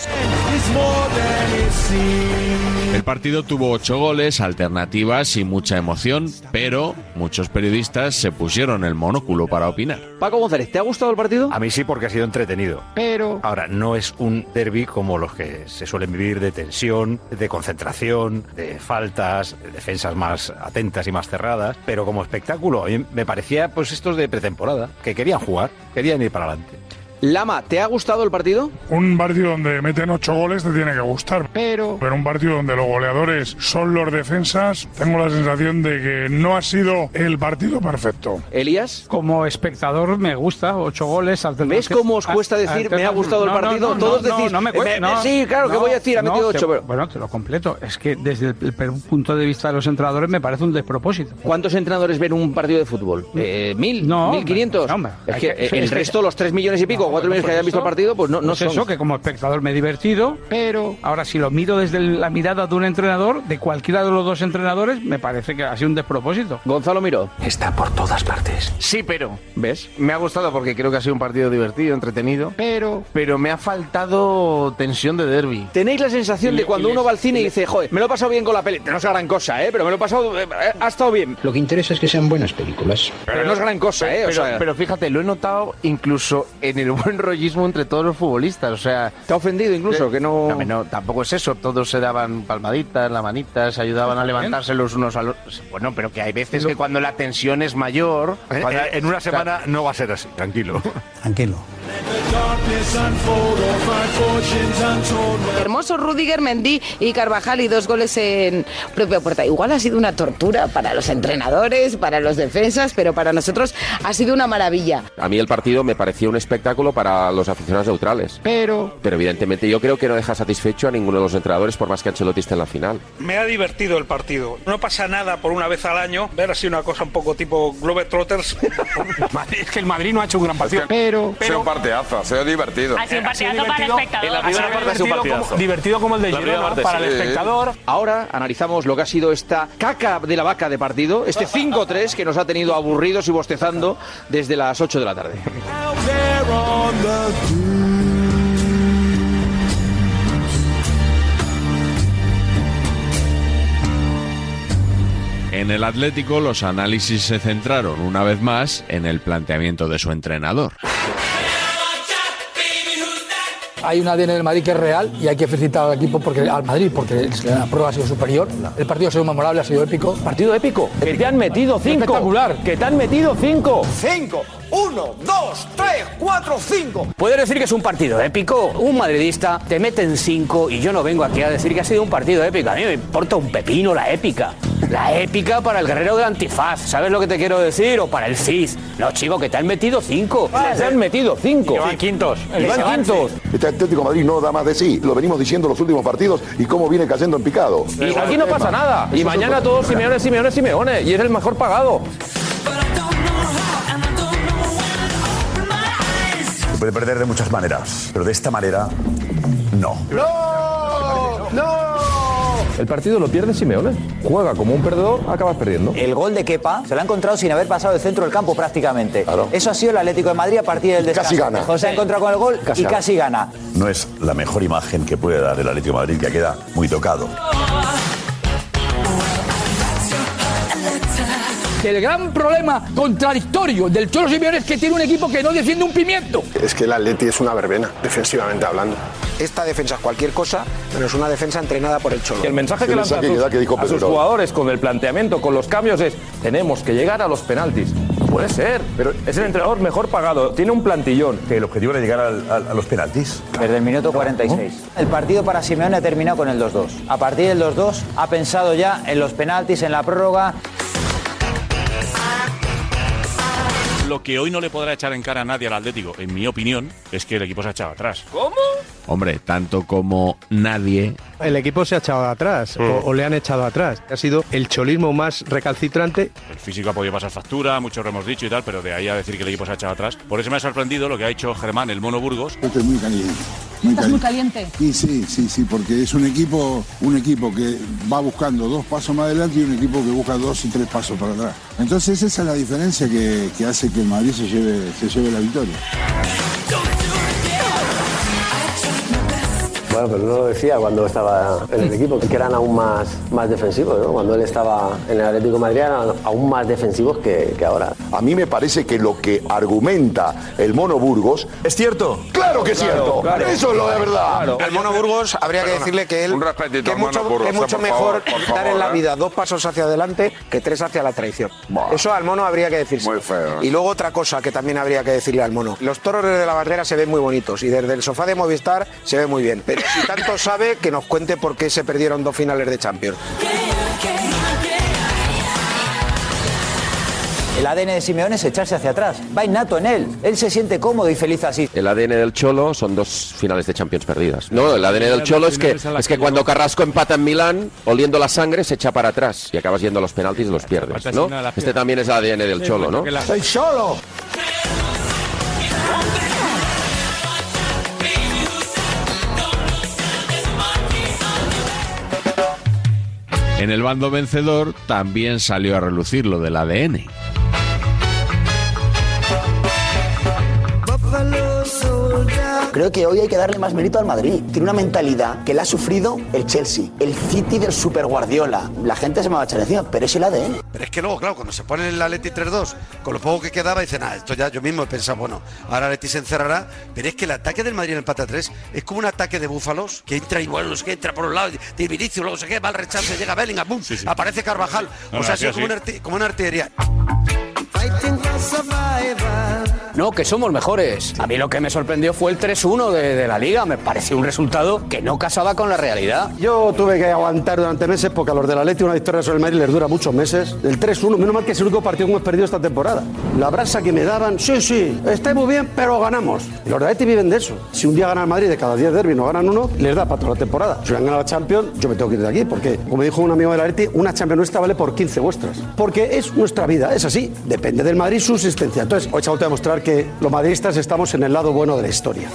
S6: El partido tuvo ocho goles, alternativas y mucha emoción, pero muchos periodistas se pusieron el monóculo para opinar.
S23: Paco González, ¿te ha gustado el partido? A mí sí, porque ha sido entretenido. Pero. Ahora, no es un derby como los que se suelen vivir de tensión, de concentración, de faltas, de defensas más atentas y más cerradas. Pero como espectáculo, a mí me parecía, pues, estos de pretemporada, que querían jugar, querían ir para adelante.
S25: Lama, Ah, ¿te ha gustado el partido?
S36: Un partido donde meten ocho goles te tiene que gustar. Pero. Pero un partido donde los goleadores son los defensas, tengo la sensación de que no ha sido el partido perfecto.
S25: Elías.
S14: Como espectador me gusta, ocho goles.
S25: ¿Ves cómo
S14: ah,
S25: os cuesta decir me ha gustado el partido? Todos decís, "Eh,
S14: no me cuesta,
S25: "Me- me- sí, claro que voy a decir, ha metido
S14: te-
S25: ocho, pero-
S14: Bueno, te lo completo. Es que desde el, pe- punto de vista de los entrenadores me parece un despropósito. Mm.
S25: ¿Cuántos entrenadores ven un partido de fútbol? Eh, ¿Mil?
S14: No, hombre,
S25: ¿Mil quinientos?
S14: no, hombre.
S25: Es
S14: Hay
S25: que
S14: que-
S25: eh, el
S14: es que-
S25: resto, los tres millones y pico, o cuatro millones que hayan visto el partido, pues no, no
S14: es
S25: son.
S14: eso, que como espectador me he divertido, pero ahora si lo miro desde la mirada de un entrenador, de cualquiera de los dos entrenadores, me parece que ha sido un despropósito.
S25: Gonzalo Miró.
S37: Está por todas partes. Sí, pero. ¿Ves? Me ha gustado porque creo que ha sido un partido divertido, entretenido. Pero. Pero me ha faltado tensión de derby.
S25: Tenéis la sensación de cuando uno va al cine y dice, joder, me lo he pasado bien con la peli. No es gran cosa, ¿eh? Pero me lo he pasado. eh, eh, ha estado bien.
S37: Lo que interesa es que sean buenas películas.
S25: Pero no es gran cosa, ¿eh? O
S37: Pero,
S25: sea-
S37: pero fíjate, lo he notado incluso en el buen rollismo entre todos los futbolistas. O sea.
S25: ¿Te ha ofendido incluso? Que no.
S37: No, no, tampoco es eso. Todos se daban palmaditas, la manita, se ayudaban a levantarse los unos a los. Bueno, pero que hay veces que cuando la tensión es mayor.
S38: Eh,
S37: cuando-
S38: eh, en una semana no va a ser así, tranquilo. Tranquilo.
S3: Hermoso Rudiger, Mendy y Carvajal y dos goles en propia puerta. Igual ha sido una tortura para los entrenadores, para los defensas, pero para nosotros ha sido una maravilla.
S13: A mí el partido me parecía un espectáculo para los aficionados neutrales.
S3: Pero
S13: Pero evidentemente yo creo que no deja satisfecho a ninguno de los entrenadores por más que Ancelotti esté en la final.
S8: Me ha divertido el partido. No pasa nada por una vez al año ver así una cosa un poco tipo Globetrotters. es que el Madrid no ha hecho un gran partido.
S3: Pero.
S8: Pero-
S1: sido un partidazo, ha sido divertido.
S8: Ha sido un Ha sido partidazo para el divertido. espectador. En la primera Ha sido parte ha sido un divertido partidazo. como- divertido como el de La primera Girona parte, para el sí. espectador.
S25: Ahora analizamos lo que ha sido esta caca de la vaca de partido, este 5-3 que nos ha tenido aburridos y bostezando desde las 8 de la tarde.
S6: En el Atlético los análisis se centraron una vez más en el planteamiento de su entrenador.
S39: Hay un ADN del Madrid que es real y hay que felicitar al equipo porque al Madrid porque la prueba ha sido superior. El partido ha sido memorable, ha sido épico. Partido épico. Que te han metido cinco. Espectacular. Que te han metido cinco. Cinco.
S11: 1, 2, 3, 4, 5.
S40: Puedo decir que es un partido épico. Un madridista te mete en cinco y yo no vengo aquí a decir que ha sido un partido épico. A mí me importa un pepino la épica. La épica para el guerrero del antifaz. ¿Sabes lo que te quiero decir? O para el CIS. No, chico, que te han metido cinco. Te han metido cinco. Y van quintos. Y van quintos.
S11: Este Atlético de Madrid no da más de sí. Lo venimos diciendo los últimos partidos y cómo viene cayendo en picado.
S23: Y aquí no pasa nada. Y mañana todos Simeones, Simeones, Simeones. Y es el mejor pagado.
S41: Se puede perder de muchas maneras, pero de esta manera, no.
S11: ¡No! ¡No!
S39: El partido lo pierde Simeone. Juega como un perdedor, acabas perdiendo.
S42: El gol de Kepa se lo ha encontrado sin haber pasado el centro del campo prácticamente. Eso ha sido el Atlético de Madrid a partir del descanso.
S40: Casi gana.
S42: José ha encontrado con el gol
S40: Casi
S42: y
S40: gana.
S42: casi gana.
S41: No es la mejor imagen que puede dar el Atlético de Madrid, que queda muy tocado.
S39: El gran problema contradictorio del Cholo Simeone es que tiene un equipo que no defiende un pimiento.
S11: Es que el Atleti es una verbena, defensivamente hablando.
S33: Esta defensa es cualquier cosa, menos una defensa entrenada por el Cholo.
S11: El mensaje que El lanza a mensaje sus- que da que dijo a sus Pedro.
S23: jugadores con el planteamiento, con los cambios es tenemos que llegar a los penaltis. Puede ser. Pero es el entrenador mejor pagado. Tiene un plantillón. Que el objetivo era llegar a los penaltis.
S42: Desde el minuto 46. El partido para Simeone ha terminado con el 2-2. A partir del 2-2 ha pensado ya en los penaltis, en la prórroga.
S43: Lo que hoy no le podrá echar en cara a nadie al Atlético, en mi opinión, es que el equipo se ha echado atrás.
S42: ¿Cómo?
S6: Hombre, tanto como nadie
S21: El equipo se ha echado
S42: Mm.
S21: atrás, o, o le han echado atrás. Ha sido el cholismo más recalcitrante.
S43: El físico ha podido pasar factura, mucho lo hemos dicho y tal, pero de ahí a decir que el equipo se ha echado atrás. Por eso me ha sorprendido lo que ha hecho Germán, el mono Burgos.
S21: Estoy muy caliente. Muy
S20: Estás muy
S21: caliente. Y sí, sí, sí, porque es un equipo, un equipo que va buscando dos pasos más adelante y un equipo que busca dos y tres pasos para atrás. Entonces esa es la diferencia que, que hace que el Madrid se lleve, se lleve la victoria.
S2: Bueno, pero no lo decía cuando estaba en el equipo, que eran aún más, más defensivos, ¿no? Cuando él estaba en el Atlético de Madrid eran aún más defensivos que, que ahora.
S23: A mí me parece que lo que argumenta el Mono Burgos. ¿Es cierto? ¡Claro que es
S33: Claro,
S23: cierto!
S33: claro.
S23: Eso es lo de verdad.
S33: Claro. Al Mono Burgos habría que decirle que él.
S23: un respetito
S33: que
S23: al
S33: es mucho,
S23: Mono Burgos,
S33: que es mucho
S23: por
S33: mejor
S23: favor, por
S33: dar en la
S23: favor, ¿eh?
S33: vida dos pasos hacia adelante que tres hacia la traición. Eso al Mono habría que decirse. Muy feo. Y luego otra cosa que también habría que decirle al Mono. Los toros desde la barrera se ven muy bonitos y desde el sofá de Movistar se ve muy bien. Pero si tanto sabe, que nos cuente por qué se perdieron dos finales de Champions.
S44: El ADN de Simeone es echarse hacia atrás. Va innato en él. Él se siente cómodo y feliz así.
S13: El ADN del Cholo son dos finales de Champions perdidas. No, el ADN del Cholo es que, es que cuando Carrasco empata en Milán, oliendo la sangre, se echa para atrás y acabas yendo a los penaltis y los pierdes, ¿no? Este también es ADN del Cholo, ¿no?
S23: ¡El Cholo!
S6: En el bando vencedor también salió a relucir lo del ADN.
S2: Creo que hoy hay que darle más mérito al Madrid. Tiene una mentalidad que la ha sufrido el Chelsea, el City del Super Guardiola. La gente se me va a echar encima, pero es el ADN.
S41: Pero es que luego, claro, cuando se pone el Atleti 3-2, con lo poco que quedaba, dicen, ah, esto ya yo mismo he pensado, bueno, ahora Atleti se encerrará. Pero es que el ataque del Madrid en el pata 3 es como un ataque de búfalos, que entra y bueno, es que entra por un lado, de Vinicius, luego se queda, va al rechazo, llega Bellingham, boom, aparece Carvajal.
S5: No,
S41: o
S5: no,
S41: sea, ha
S5: así,
S41: sido como,
S5: así.
S41: una arti- como una artillería.
S5: No, que somos mejores. A mí lo que me sorprendió fue el 3-1 de, de la liga. Me pareció un resultado que no casaba con la realidad.
S2: Yo tuve que aguantar durante meses porque a los del Atleti una victoria sobre el Madrid les dura muchos meses. El 3-1, menos mal que es el único partido que hemos perdido esta temporada. La brasa que me daban, sí, sí, está muy bien, pero ganamos. Y los del Atleti viven de eso. Si un día gana el Madrid de cada 10 derbis no ganan uno, les da para toda la temporada. Si han ganado la Champions, yo me tengo que ir de aquí porque, como dijo un amigo del Atleti, una Champions nuestra vale por 15 vuestras. Porque es nuestra vida, es así. Depende del Madrid su existencia. Entonces, hoy se ha vuelto a demostrar que los madridistas estamos en el lado bueno de la historia.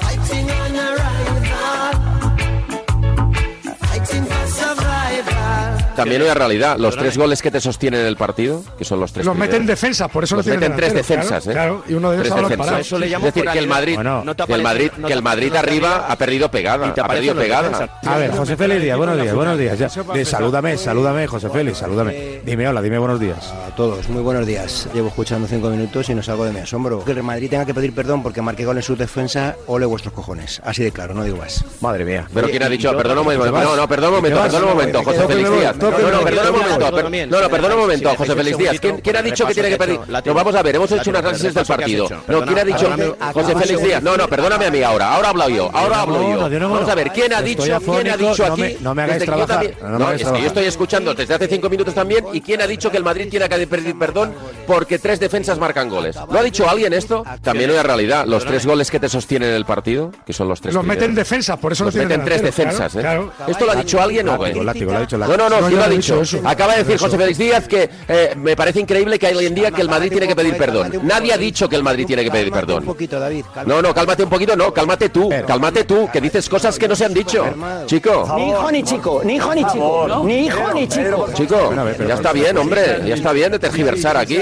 S13: También una realidad, los tres goles que te sostienen el partido, que son los tres
S45: Los meten
S13: primeros,
S45: defensas, por eso
S13: los
S45: lo tienen
S13: meten tres
S45: delanteros,
S13: defensas,
S45: claro,
S13: ¿eh?
S45: claro, y uno de ellos
S13: Tres
S45: ahora lo
S13: defensas.
S45: paraba. Eso le llamo
S13: es decir, que el
S45: pluralidad.
S13: Madrid,
S45: Bueno,
S13: que el Madrid,
S45: no
S13: que
S45: te
S13: el Madrid
S45: aparecen los
S13: arriba ha perdido pegada,
S19: Y te
S13: ha perdido
S19: aparecen los
S13: pegada.
S45: Ah,
S19: defensas. A ver, José Félix Díaz, buenos días, buenos días. ya. De- salúdame, salúdame, Eh, José Félix, salúdame. Dime hola, dime buenos días.
S25: A todos, muy buenos días. Llevo escuchando cinco minutos y no salgo de mi asombro. Que el Madrid tenga que pedir perdón porque marqué gol en su defensa, ole vuestros cojones. Así de claro, no digo más.
S19: Madre mía.
S13: Pero
S25: Oye,
S13: quién ha
S25: y-
S13: dicho,
S25: y-
S13: perdona un
S25: y te
S13: momento,
S25: vas.
S13: no, no, perdona un
S25: Y te
S13: momento,
S25: vas.
S13: perdona un momento,
S25: Me
S13: José
S25: quedo con
S13: Félix
S25: el-
S13: Díaz.
S25: me quedo
S13: No,
S25: con
S13: no,
S25: el-
S13: perdona un
S25: me quedo
S13: momento.
S25: con el-
S13: per- No, no, perdona un momento, José Félix Díaz. ¿Quién, quién ha dicho que tiene que pedir? No, vamos a ver, hemos hecho unas análisis del partido. No, ¿quién ha dicho? José Félix Díaz. No, no, perdóname a mí ahora, ahora hablo yo, ahora hablo yo. Vamos a ver, ¿quién ha
S19: Estoy
S13: dicho, quién ha
S19: afónico,
S13: dicho
S19: no me-
S13: aquí?
S19: no me hagáis
S13: desde que yo
S19: trabajar,
S13: también-
S19: no me
S13: No,
S19: hagáis
S13: es que yo
S19: trabajar.
S13: estoy escuchando desde hace cinco minutos también. ¿Y quién ha dicho que el Madrid tiene que pedir perdón porque tres defensas marcan goles? ¿Lo ha dicho alguien esto? También una realidad, los tres goles que te sostienen el partido, que son los tres
S45: Los
S13: primeros.
S45: meten defensas, por eso lo
S13: Nos
S45: tienen
S13: meten tres
S45: delanteros,
S13: defensas,
S45: claro,
S13: ¿eh?
S45: claro.
S13: ¿Esto lo ha dicho alguien o
S19: Látigo,
S13: qué?
S19: látigo, lo ha dicho
S13: No, no, no,
S45: No,
S13: sí
S45: yo
S13: lo ha
S45: no he
S13: dicho.
S45: dicho eso.
S13: Acaba de decir
S45: Eso.
S13: José Félix Díaz que eh, me parece increíble que hoy en día que el Madrid tiene que pedir perdón. Nadie ha dicho que el Madrid tiene que pedir
S25: Un
S13: perdón.
S25: poquito, David. calma.
S13: No, no, cálmate un poquito, no, cálmate tú, cálmate tú, que dices cosas que no se han dicho. Chico,
S2: Ni hijo ni chico, ni hijo ni chico, ni hijo ni chico.
S13: chico, ya está bien, hombre, ya está bien de tergiversar aquí.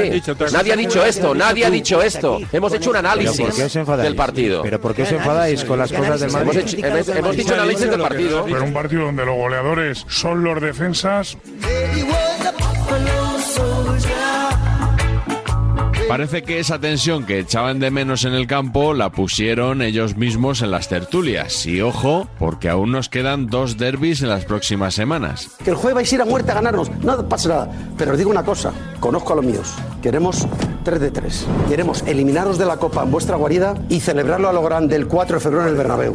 S13: Nadie ha dicho esto, nadie ha dicho esto. Hemos hecho un
S19: ¿Pero por qué os
S13: análisis
S19: enfadáis?
S13: del partido.
S19: ¿Pero por qué os enfadáis con las cosas del
S13: Hemos
S19: Madrid?
S13: hecho- hemos- hemos dicho análisis del partido.
S36: Pero un partido donde los goleadores son los defensas.
S6: Parece que esa tensión que echaban de menos en el campo la pusieron ellos mismos en las tertulias. Y ojo, porque aún nos quedan dos derbis en las próximas semanas.
S2: Que el jueves vais a ir a muerte a ganarnos, no pasa nada. Pero os digo una cosa, conozco a los míos. Queremos 3 de 3. Queremos eliminaros de la Copa en vuestra guarida y celebrarlo a lo grande el 4 de febrero en el Bernabéu.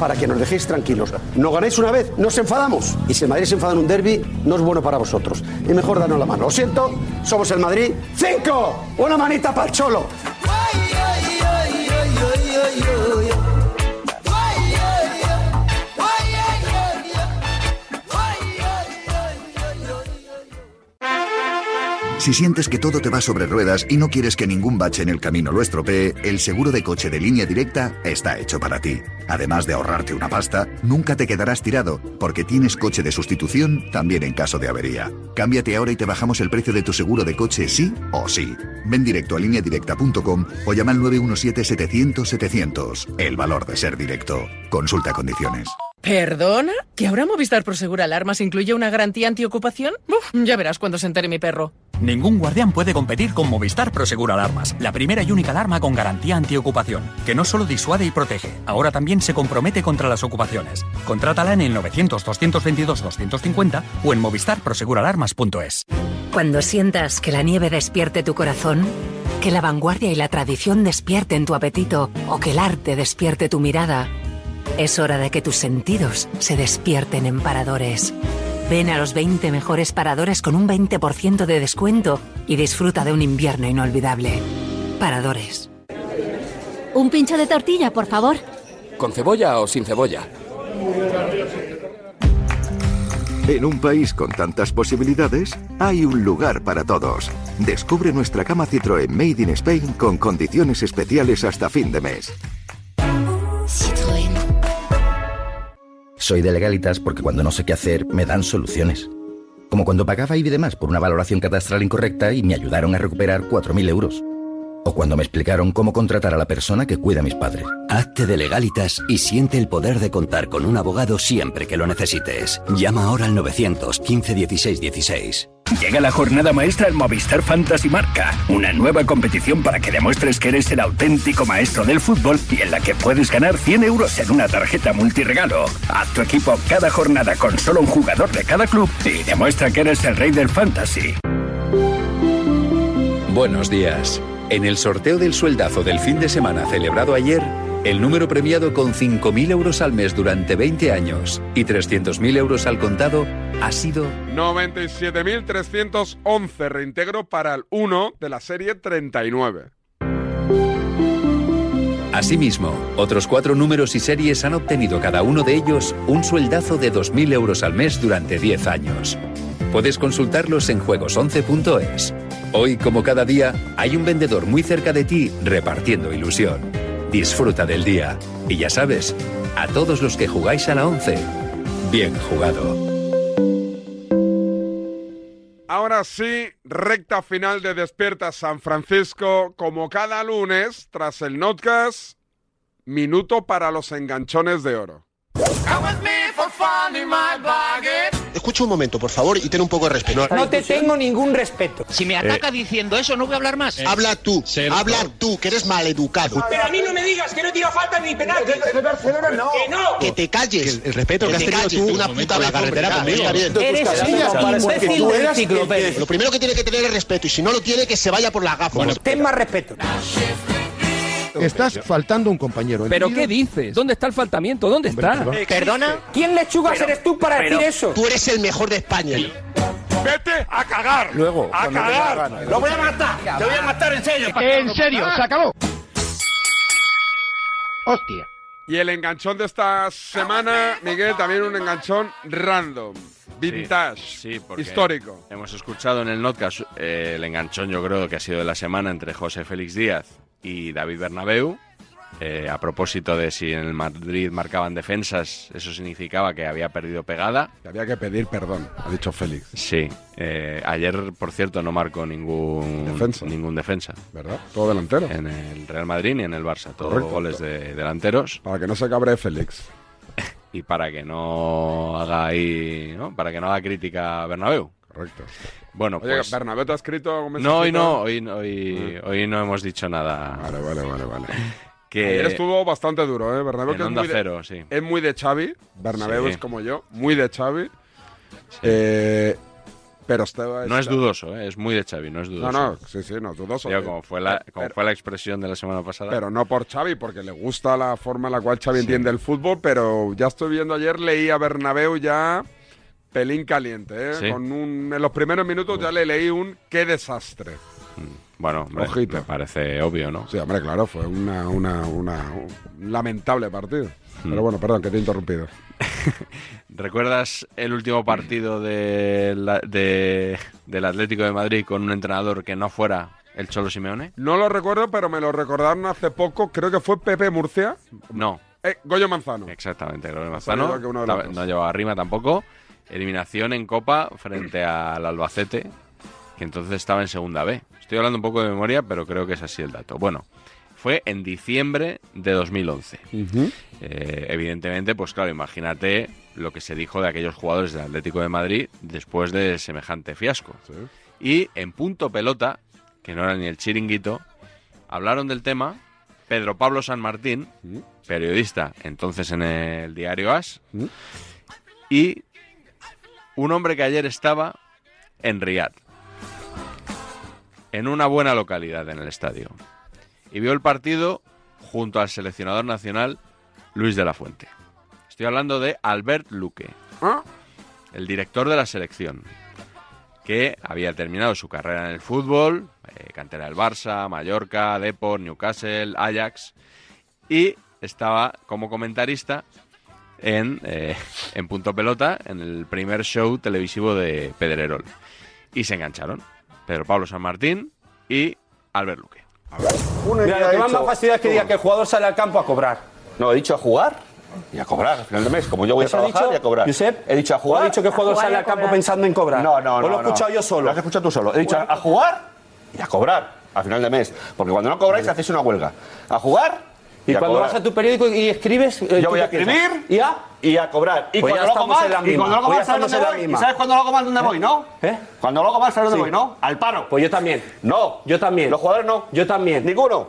S2: Para que nos dejéis tranquilos. No ganéis una vez, nos enfadamos. Y si el Madrid se enfada en un derby, no es bueno para vosotros. Y mejor danos la mano. Lo siento, somos el Madrid. ¡Cinco! Una manita para el Cholo.
S41: Si sientes que todo te va sobre ruedas y no quieres que ningún bache en el camino lo estropee, el seguro de coche de línea directa está hecho para ti. Además de ahorrarte una pasta, nunca te quedarás tirado, porque tienes coche de sustitución también en caso de avería. Cámbiate ahora y te bajamos el precio de tu seguro de coche sí o sí. Ven directo a lineadirecta.com o llama al 917-700-700. El valor de ser directo. Consulta condiciones.
S46: ¿Perdona? ¿Que ahora Movistar Prosegur Alarmas incluye una garantía antiocupación? Uf, ya verás cuando se entere mi perro.
S25: Ningún guardián puede competir con Movistar Prosegur Alarmas, la primera y única alarma con garantía antiocupación, que no solo disuade y protege, ahora también se compromete contra las ocupaciones. Contrátala en el 900-222-250 o en movistarproseguralarmas.es.
S4: Cuando sientas que la nieve despierte tu corazón, que la vanguardia y la tradición despierten tu apetito o que el arte despierte tu mirada, es hora de que tus sentidos se despierten en paradores. Ven a los 20 mejores paradores con un 20% de descuento y disfruta de un invierno inolvidable. Paradores.
S47: Un pincho de tortilla, por favor.
S48: ¿Con cebolla o sin cebolla?
S49: En un país con tantas posibilidades, hay un lugar para todos. Descubre nuestra cama Citroën Made in Spain con condiciones especiales hasta fin de mes.
S41: Soy de legalitas porque cuando no sé qué hacer me dan soluciones. Como cuando pagaba y demás por una valoración catastral incorrecta y me ayudaron a recuperar 4.000 euros. O cuando me explicaron cómo contratar a la persona que cuida a mis padres.
S50: Hazte de legalitas y siente el poder de contar con un abogado siempre que lo necesites. Llama ahora al 915 16 16.
S21: Llega la jornada maestra al Movistar Fantasy Marca, una nueva competición para que demuestres que eres el auténtico maestro del fútbol y en la que puedes ganar 100 euros en una tarjeta multiregalo. Haz tu equipo cada jornada con solo un jugador de cada club y demuestra que eres el rey del fantasy.
S23: Buenos días. En el sorteo del sueldazo del fin de semana celebrado ayer, el número premiado con 5.000 euros al mes durante 20 años y 300.000 euros al contado ha sido
S1: 97.311 reintegro para el 1 de la serie 39.
S23: Asimismo, otros cuatro números y series han obtenido cada uno de ellos un sueldazo de 2.000 euros al mes durante 10 años. Puedes consultarlos en juegos11.es. Hoy, como cada día, hay un vendedor muy cerca de ti repartiendo ilusión. Disfruta del día. Y ya sabes, a todos los que jugáis a la 11, bien jugado.
S1: Ahora sí, recta final de Despierta San Francisco, como cada lunes, tras el notcast, minuto para los enganchones de oro.
S41: Escucha un momento, por favor, y ten un poco de respeto.
S33: No te tengo ningún respeto.
S41: Si me
S33: ataca Eh. diciendo eso, no voy a hablar
S25: eh,
S21: Eh.
S33: más.
S41: habla tú, habla tú, que eres maleducado.
S33: Pero a mí no me digas que no tira falta ni penal.
S41: Eh,
S33: Que no.
S41: Que te calles. El, respeto que, has tenido tú una puta la carretera conmigo.
S33: Eres un imbécil del enciclopedia.
S41: Lo primero que tiene que tener es respeto, y si no lo tiene, que se vaya por las gafas.
S33: ten más respeto.
S21: Estás faltando a un
S25: Pues
S21: compañero.
S51: ¿Pero qué dices? ¿Dónde está el faltamiento? ¿Dónde está?
S33: ¿Perdona? ¿Quién lechugas eres tú para
S41: Eh, pero-
S33: decir eso?
S41: Tú eres el mejor de España.
S1: Vete a cagar.
S21: Luego,
S1: a
S21: cuando te dé la gana.
S1: cagar. Lo voy a matar. Te voy a matar en serio.
S21: En serio, se acabó.
S1: Hostia. Y el enganchón de esta semana, Miguel, también un enganchón random. Vintage.
S6: Sí, porque
S1: histórico.
S6: Hemos escuchado en el podcast eh, el enganchón, yo creo que ha sido de la semana entre José Félix Díaz y David Bernabeu. eh, a propósito de si en el Madrid marcaban defensas, eso significaba que había perdido pegada.
S52: Había que pedir perdón, ha dicho Félix.
S6: Sí. eh, ayer, por cierto, no marcó ningún
S52: Defensa.
S6: ningún defensa.
S52: ¿Verdad? Todo delantero.
S6: En el Real Madrid ni en el Barça. Todos
S52: Correcto.
S6: goles de delanteros.
S52: Para que no se cabre Félix.
S6: y para que no haga ahí, ¿no? Para que no haga crítica a Bernabéu.
S52: Correcto.
S6: Bueno,
S1: Oye,
S6: pues
S1: Bernabéu,
S52: ¿te ha escrito algún
S6: No, hoy no, hoy no, hoy, hoy no hemos dicho nada.
S52: Ah. Vale, vale, vale, vale.
S6: Que
S1: Ayer estuvo bastante duro, ¿eh? Bernabéu
S6: En
S1: que es
S6: Onda
S1: muy de-
S6: Cero, sí.
S1: Es muy de Xavi.
S52: Bernabéu
S1: Sí.
S52: es como yo, muy de Xavi. Eh, pero estaba...
S6: no es dudoso, ¿eh? es muy de Xavi, no es dudoso.
S52: No, no, sí, sí, no, dudoso.
S6: Digo,
S52: Eh,
S6: como fue la, como
S52: pero-
S6: fue la expresión de la semana pasada.
S52: Pero no por Xavi, porque le gusta la forma en la cual Xavi entiende el fútbol, pero ya estoy viendo ayer, leí a Bernabéu ya pelín caliente, ¿eh?
S6: Sí.
S52: Con un- en los primeros minutos ya le leí un qué desastre.
S6: bueno, hombre,
S52: Ojito.
S6: me parece obvio, ¿no?
S52: Sí, hombre, claro, fue una, una,
S1: Ah,
S52: una-
S6: Mm.
S52: un lamentable partido.
S6: Hmm.
S52: Pero bueno, perdón, que te he interrumpido.
S6: ¿Recuerdas el último partido de la- de- del Atlético de Madrid con un entrenador que no fuera el Cholo Simeone?
S1: No lo recuerdo, pero me lo recordaron hace poco. Creo que fue Pepe Murcia.
S6: No.
S1: Eh, Goyo Manzano.
S6: Exactamente, Gloria
S1: salido
S6: Manzano.
S1: que uno de los
S6: Ta- No llevaba rima tampoco. Eliminación en Copa frente al Albacete, que entonces estaba en Segunda B. Estoy hablando un poco de memoria, pero creo que es así el dato. Bueno, fue en diciembre de 2011. Eh, evidentemente, pues claro, imagínate lo que se dijo de aquellos jugadores del Atlético de Madrid después de semejante fiasco. Y en punto pelota, que no era ni el chiringuito, hablaron del tema Pedro Pablo San Martín, periodista entonces en el diario As, y un hombre que ayer estaba en Riad, en una buena localidad en el estadio, y vio el partido junto al seleccionador nacional Luis de la Fuente. Estoy hablando de Albert Luque, el director de la selección, que había terminado su carrera en el fútbol, eh, cantera del Barça, Mallorca, Depor, Newcastle, Ajax, y estaba como comentarista en, eh, en Punto Pelota, en el primer show televisivo de Pedrerol. Y se engancharon Pedro Pablo San Martín y Albert Luque.
S25: Mira, lo que más me ha fastidiado es que diga que el jugador sale al campo a cobrar.
S9: No, he dicho a jugar y a cobrar al final de mes. Como yo voy a
S25: ¿Eso ha
S9: trabajar
S25: dicho,
S9: y a cobrar.
S25: Josep?
S9: he dicho a jugar.
S25: ¿O ha dicho que el jugador A jugar y sale a al campo cobrar. pensando en cobrar?
S9: No, no,
S25: ¿O
S9: no.
S25: lo he
S9: no.
S25: escuchado yo solo?
S9: Lo has escuchado tú solo. He dicho a jugar y a cobrar al final de mes. Porque cuando no cobráis hacéis una huelga. A jugar y,
S25: Y
S9: a
S25: cuando
S9: cobrar.
S25: vas a tu periódico y escribes. eh, ¿tú
S9: yo voy a
S25: qué piensas?
S9: escribir
S25: ¿Y a?
S9: y a cobrar. Y
S25: Pues ya
S9: cuando lo hago
S25: estamos en la
S9: mal, y
S25: misma.
S9: cuando lo hago
S25: Pues ya
S9: mal, ¿sabes
S25: estamos
S9: dónde
S25: en la
S9: voy?
S25: misma.
S9: ¿Y sabes cuándo lo hago mal dónde
S25: ¿Eh?
S9: voy, no?
S25: ¿Eh?
S9: Cuando lo hago mal, ¿sabes dónde voy,
S25: Sí.
S9: no? Al paro.
S25: Pues yo también.
S9: No.
S25: Yo también.
S9: Los jugadores no.
S25: Yo también.
S9: Ninguno.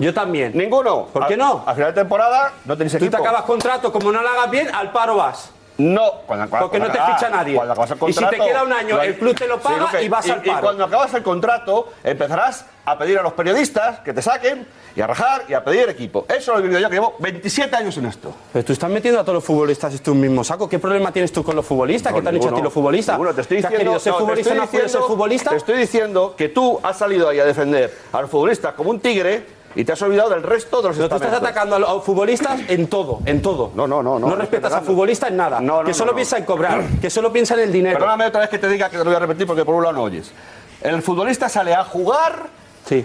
S25: Yo también.
S9: Ninguno.
S25: ¿Por qué
S9: Al-
S25: no?
S9: Al final de temporada no tenéis
S25: Tú
S9: equipo.
S25: te acabas contrato, como no lo hagas bien, al paro vas.
S9: No, cuando, cuando-
S25: Porque no te
S9: ah,
S25: ficha nadie.
S9: Cuando acabas el
S25: Y si te
S9: contrato,
S25: queda un año,
S9: lo-
S25: el club te lo paga
S9: Luque,
S25: y vas al paro.
S9: Y cuando acabas el contrato, empezarás a pedir a los periodistas que te saquen y a rajar y a pedir equipo. Eso lo he vivido yo, que llevo 27 años en esto.
S25: Pero tú estás metiendo a todos los futbolistas en tu mismo saco. ¿Qué problema tienes tú con los futbolistas?
S9: No,
S25: ¿Qué te han hecho a ti
S9: ninguno.
S25: los futbolistas?
S9: Ninguno. te estoy
S25: ¿Que has
S9: diciendo,
S25: querido ser
S9: no, te
S25: futbolista
S9: estoy
S25: no has podido ser
S9: diciendo-
S25: futbolista?
S9: Te estoy diciendo que tú has salido ahí a defender a los futbolistas como un tigre y te has olvidado del resto de los
S25: No, tú estás
S9: estamentos.
S25: atacando a los futbolistas en todo, en todo. No, no, no. No,
S9: no
S25: respetas
S9: estoy
S25: al futbolista en nada.
S9: No, no,
S25: que
S9: no,
S25: solo
S9: no.
S25: piensa en cobrar, que solo piensa en el dinero.
S9: Perdóname otra vez que te diga que te lo voy a repetir porque por un lado no oyes. El futbolista sale a jugar.
S25: Sí.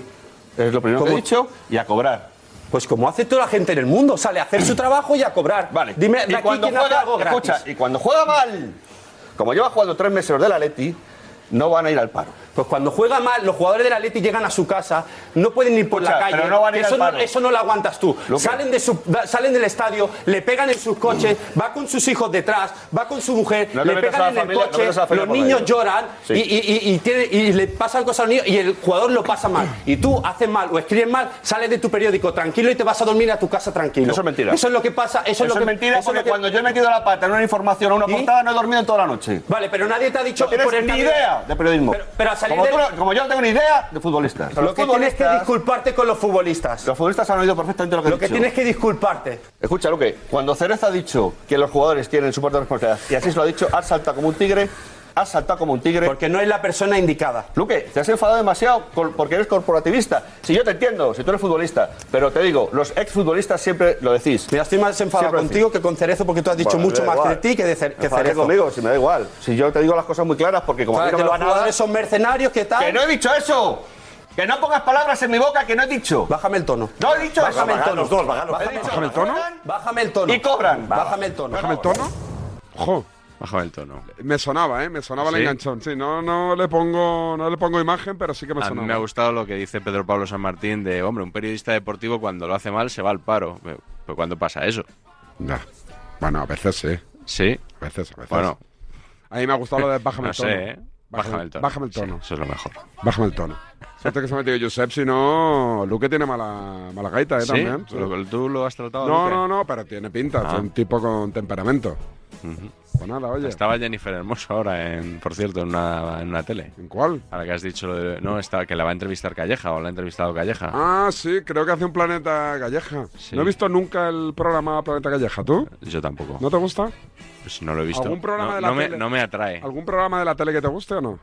S9: Es lo primero que he
S25: ¿Cómo?
S9: dicho y a cobrar.
S25: Pues como hace toda la gente en el mundo, sale a hacer su trabajo y a cobrar. Vale. Dime, de
S9: y
S25: aquí
S9: cuando
S25: quién hace
S9: juega,
S25: algo gratis.
S9: escucha, y cuando juega mal, como lleva jugando tres meses los del Atleti, no van a ir al paro.
S25: Pues cuando juega mal, los jugadores del Atleti llegan a su casa, no pueden ir por la
S9: Escucha,
S25: calle.
S9: pero no van a ir
S25: eso,
S9: al
S25: no,
S9: paro.
S25: eso no lo aguantas tú.
S9: Luque.
S25: Salen, de su- va- salen del estadio, le pegan en sus coches, va con sus hijos detrás, va con su mujer,
S9: Mm. No te
S25: le
S9: metas a
S25: pegan
S9: la
S25: en
S9: familia- no
S25: el coche,
S9: metas a la familia
S25: los
S9: por
S25: niños
S9: medio.
S25: lloran
S9: Sí.
S25: y, y- y- y tiene- y le pasan cosas a los niños y el jugador lo pasa mal. Y tú haces mal o escribes mal, sales de tu periódico tranquilo y te vas a dormir a tu casa tranquilo.
S9: Eso es mentira.
S25: Eso es lo que pasa. Eso,
S9: Eso,
S25: es lo que
S9: es mentira
S25: eso es
S9: porque
S25: lo que-
S9: cuando yo he metido la pata en una información o una
S25: ¿Y?
S9: portada no he dormido en toda la noche.
S25: Vale, pero nadie te ha dicho
S9: No tienes
S25: por el
S9: ni
S25: camino-
S9: idea de periodismo.
S25: Pero, pero al salir
S9: como,
S25: del-
S9: tú no- como yo no tengo ni idea de futbolistas.
S25: Lo
S9: Los
S25: que tienes que
S9: futbolistas-
S25: disculparte con los futbolistas.
S9: Los futbolistas han oído perfectamente lo que he
S25: Lo que
S9: dicho.
S25: tienes que disculparte.
S9: Escucha, Luque, cuando Cereza ha dicho que los jugadores tienen su parte de responsabilidad, y así se lo ha dicho, has saltado como un tigre, has saltado como un tigre.
S25: Porque no es la persona indicada.
S9: Luque, te has enfadado demasiado col- porque eres corporativista. Si yo te entiendo, si tú eres futbolista, pero te digo, los exfutbolistas siempre lo decís.
S25: Mira, estoy más enfadado
S9: Siempre
S25: Ah, contigo que con Cerezo porque tú has dicho
S9: Bueno,
S25: mucho
S9: me da
S25: más
S9: igual.
S25: de ti que de Cer- que
S9: Enfadate
S25: Cerezo.
S9: conmigo, si me da igual. Si yo te digo las cosas muy claras, porque como a mí no
S25: Claro, que
S9: me
S25: los
S9: va nada-
S25: jugadores son mercenarios, ¿qué tal?
S9: ¡Que no he dicho eso! ¡Que no pongas palabras en mi boca que no he dicho!
S25: Bájame el tono.
S9: ¡No he dicho
S25: Bájame
S9: eso!
S25: el tono.
S9: Los dos, bájalo.
S25: Bájame,
S9: He dicho,
S25: el tono. Bájame el tono.
S9: Y cobran.
S25: Bájame el tono.
S1: ¿Déjame el tono? Ojo,
S6: Bajo el tono.
S1: me sonaba, ¿eh? Me sonaba
S6: ¿Sí?
S1: el enganchón. Sí, no, no, le pongo, no le pongo imagen, pero sí que me
S6: A
S1: sonaba.
S6: mí me ha gustado lo que dice Pedro Pablo San Martín de, hombre, un periodista deportivo cuando lo hace mal se va al paro. Pero ¿cuándo pasa eso?
S1: Ya. Bueno, a veces sí.
S6: Sí.
S1: A veces, a veces.
S6: Bueno,
S1: A mí me ha gustado lo de bájame
S6: no
S1: el tono.
S6: sé, ¿eh? Bájame el tono.
S1: Bájame el tono.
S6: Sí, eso es lo mejor.
S1: Bájame el tono. Suerte que se ha metido Josep, si no, Luque tiene mala, mala gaita, ¿eh?
S6: ¿Sí?
S1: También. Sí.
S6: ¿Lo- ¿Tú lo has tratado?
S1: No,
S6: Luque?
S1: no, no, pero tiene pinta.
S6: Ah.
S1: Es un tipo con temperamento. Pues nada, oye.
S6: Estaba Jennifer Hermoso ahora, en, por cierto, en una, en una tele.
S1: ¿En cuál?
S6: Ahora que has dicho lo de... No, estaba, que la va a entrevistar Calleja o la ha entrevistado Calleja.
S1: Ah, sí, creo que hace un Planeta Galleja.
S6: Sí.
S1: No he visto nunca el programa Planeta Galleja, ¿tú?
S6: Yo tampoco.
S1: ¿No te gusta?
S6: Pues no lo he visto.
S1: ¿Algún programa
S6: no,
S1: de la
S6: no me,
S1: tele?
S6: no me atrae.
S1: ¿Algún programa de la tele que te guste o no?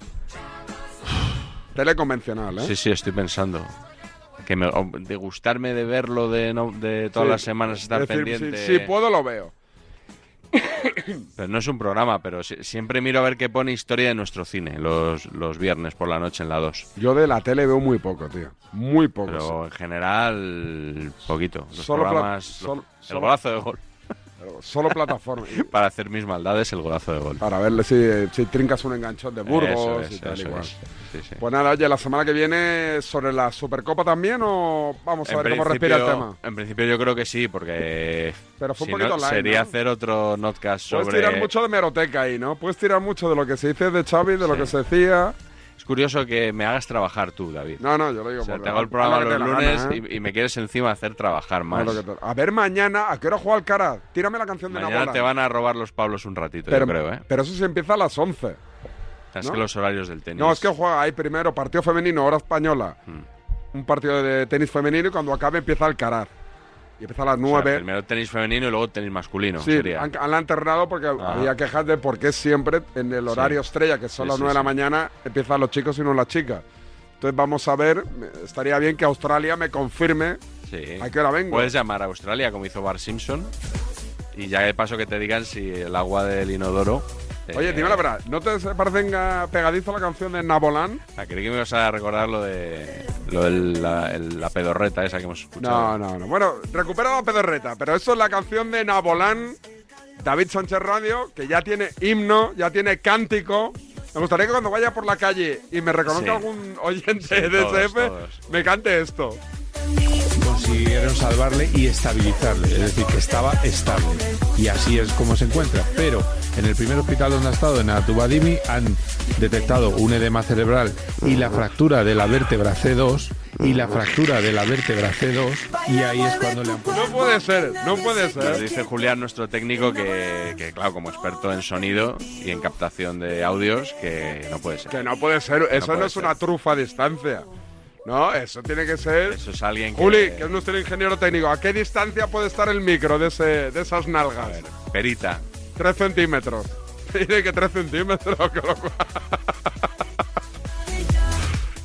S1: tele convencional, ¿eh?
S6: Sí, sí, estoy pensando. Que me, o- de gustarme de verlo de, no- de todas
S1: Sí. pues.
S6: las semanas estar
S1: Es decir,
S6: pendiente.
S1: Si, si puedo, lo veo.
S6: Pero no es un programa, pero si- siempre miro a ver qué pone historia de nuestro cine los, los viernes por la noche en la 2.
S1: Yo de la tele veo muy poco, tío. Muy poco.
S6: Pero en general, poquito. Los
S1: Pues Solo pla-
S6: programas.
S1: solo-
S6: el
S1: solo-
S6: golazo de gol.
S1: sí. Solo plataforma.
S6: Para hacer mis maldades, el golazo de gol.
S1: Para verle si, si trincas un enganchón de Burgos
S6: Eso es,
S1: y tal y
S6: eso
S1: cual.
S6: es. Sí, sí.
S1: Pues nada, oye, la semana que viene sobre la Supercopa también o vamos a
S6: En
S1: ver cómo respira el
S6: principio-
S1: tema.
S6: En principio yo creo que sí, porque
S1: Pero fue un
S6: si
S1: poquito
S6: no,
S1: online,
S6: sería
S1: ¿no?
S6: hacer otro podcast
S1: Puedes
S6: sobre...
S1: tirar mucho de meroteca ahí, ¿no? Puedes tirar mucho de lo que se dice de Xavi, de lo
S6: Sí.
S1: que se decía.
S6: Es curioso que me hagas trabajar tú, David.
S1: No, no, yo lo digo
S6: O sea,
S1: por-
S6: te hago el
S1: a
S6: programa
S1: lo
S6: los
S1: que te dé la
S6: lunes
S1: gana, ¿eh?
S6: y, y me quieres encima hacer trabajar
S1: A
S6: más.
S1: lo que te- A ver mañana, ¿a qué hora juega el cara? Tírame la canción de
S6: Mañana
S1: Napola.
S6: te van a robar los Pablos un ratito,
S1: Pero-
S6: yo creo, ¿eh?
S1: Pero eso se empieza a las 11.
S6: O sea, es
S1: ¿no?
S6: que los horarios del tenis...
S1: No, es que juega ahí primero partido femenino, hora española.
S6: Mm.
S1: Un partido de tenis femenino y cuando acabe empieza el Caraz. Y empieza a las
S6: O sea,
S1: 9.
S6: primero tenis femenino y luego tenis masculino.
S1: sí,
S6: sería. Ah.
S1: han, han alternado porque había quejas de por qué siempre en el horario
S6: Sí.
S1: estrella, que son
S6: Sí,
S1: las
S6: sí,
S1: 9 de la
S6: sí.
S1: mañana, empiezan los chicos y no las chicas. Entonces vamos a ver, me- estaría bien que Australia me confirme
S6: Sí.
S1: a qué hora vengo.
S6: Puedes llamar a Australia, como hizo Bart Simpson, y ya de paso que te digan si el agua del inodoro...
S1: Oye,
S6: eh,
S1: dime la verdad, ¿no te parecen ah, pegadizo la canción de Nabolán?
S6: Ah, creí que me ibas a recordar lo de lo del- la, el- la pedorreta esa que hemos escuchado.
S1: No, no, no. Bueno, recupera la pedorreta, pero eso es la canción de Nabolán, David Sánchez Radio, que ya tiene himno, ya tiene cántico. Me gustaría que cuando vaya por la calle y me reconozca
S6: Sí.
S1: algún oyente
S6: Sí,
S1: de
S6: todos,
S1: SF,
S6: todos.
S1: me cante esto.
S17: Consiguieron salvarle y estabilizarle, es decir, que estaba estable. Y así es como se encuentra. Pero en el primer hospital donde ha estado, en Atubadimi, han detectado un edema cerebral y la fractura de la vértebra C2 y la fractura de la vértebra C2 y ahí es cuando le han puesto...
S1: No puede ser, no puede
S6: Nos
S1: ser.
S6: dice Julián, nuestro técnico, que, que, claro, como experto en sonido y en captación de audios, que no puede ser.
S1: Que no puede ser, eso no,
S6: puede
S1: es
S6: ser.
S1: una trufa a distancia. No, eso tiene que ser.
S6: Eso es alguien que.
S1: Juli, que es nuestro ingeniero técnico, ¿a qué distancia puede estar el micro de, ese, de esas nalgas?
S6: Perita.
S1: Tres centímetros. Tiene que tres centímetros, con lo cual-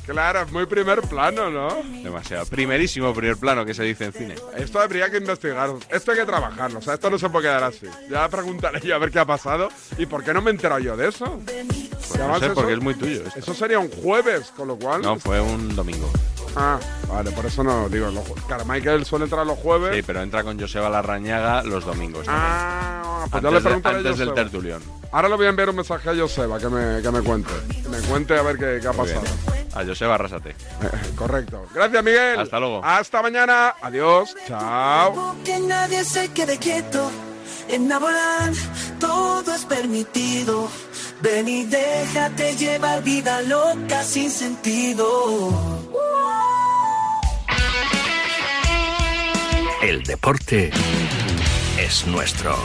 S1: Claro, es muy primer plano, ¿no?
S6: Demasiado. Primerísimo primer plano que se dice en cine.
S1: Esto habría que investigar, esto hay que trabajarlo, o sea, esto no se puede quedar así. Ya preguntaré yo a ver qué ha pasado y por qué no me he enterado yo de eso.
S6: Pues no
S1: además
S6: sé,
S1: eso-
S6: porque es muy tuyo. esto.
S1: Eso sería un jueves, con lo cual...
S6: No, fue un domingo.
S1: Ah, vale, por eso no digo. Los... jue- Claro, Michael suele entrar los jueves.
S6: Sí, pero entra con Joseba Larrañaga los domingos. también.
S1: Ah, pues ya
S6: antes
S1: le
S6: de-
S1: preguntaré
S6: antes
S1: yo,
S6: del
S1: Seba.
S6: tertulión.
S1: Ahora le voy a enviar un mensaje a Joseba que me, que me cuente. Que me cuente a ver qué, qué ha
S6: Muy bien.
S1: pasado.
S6: A Joseba Arrasate.
S1: Correcto. Gracias, Miguel.
S6: Hasta luego.
S1: Hasta mañana. Adiós. Chao.
S5: Que nadie se quede quieto. En Nabolán todo es permitido. Ven y déjate llevar vida loca sin sentido.
S23: El deporte es nuestro.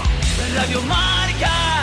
S5: Radio Marca.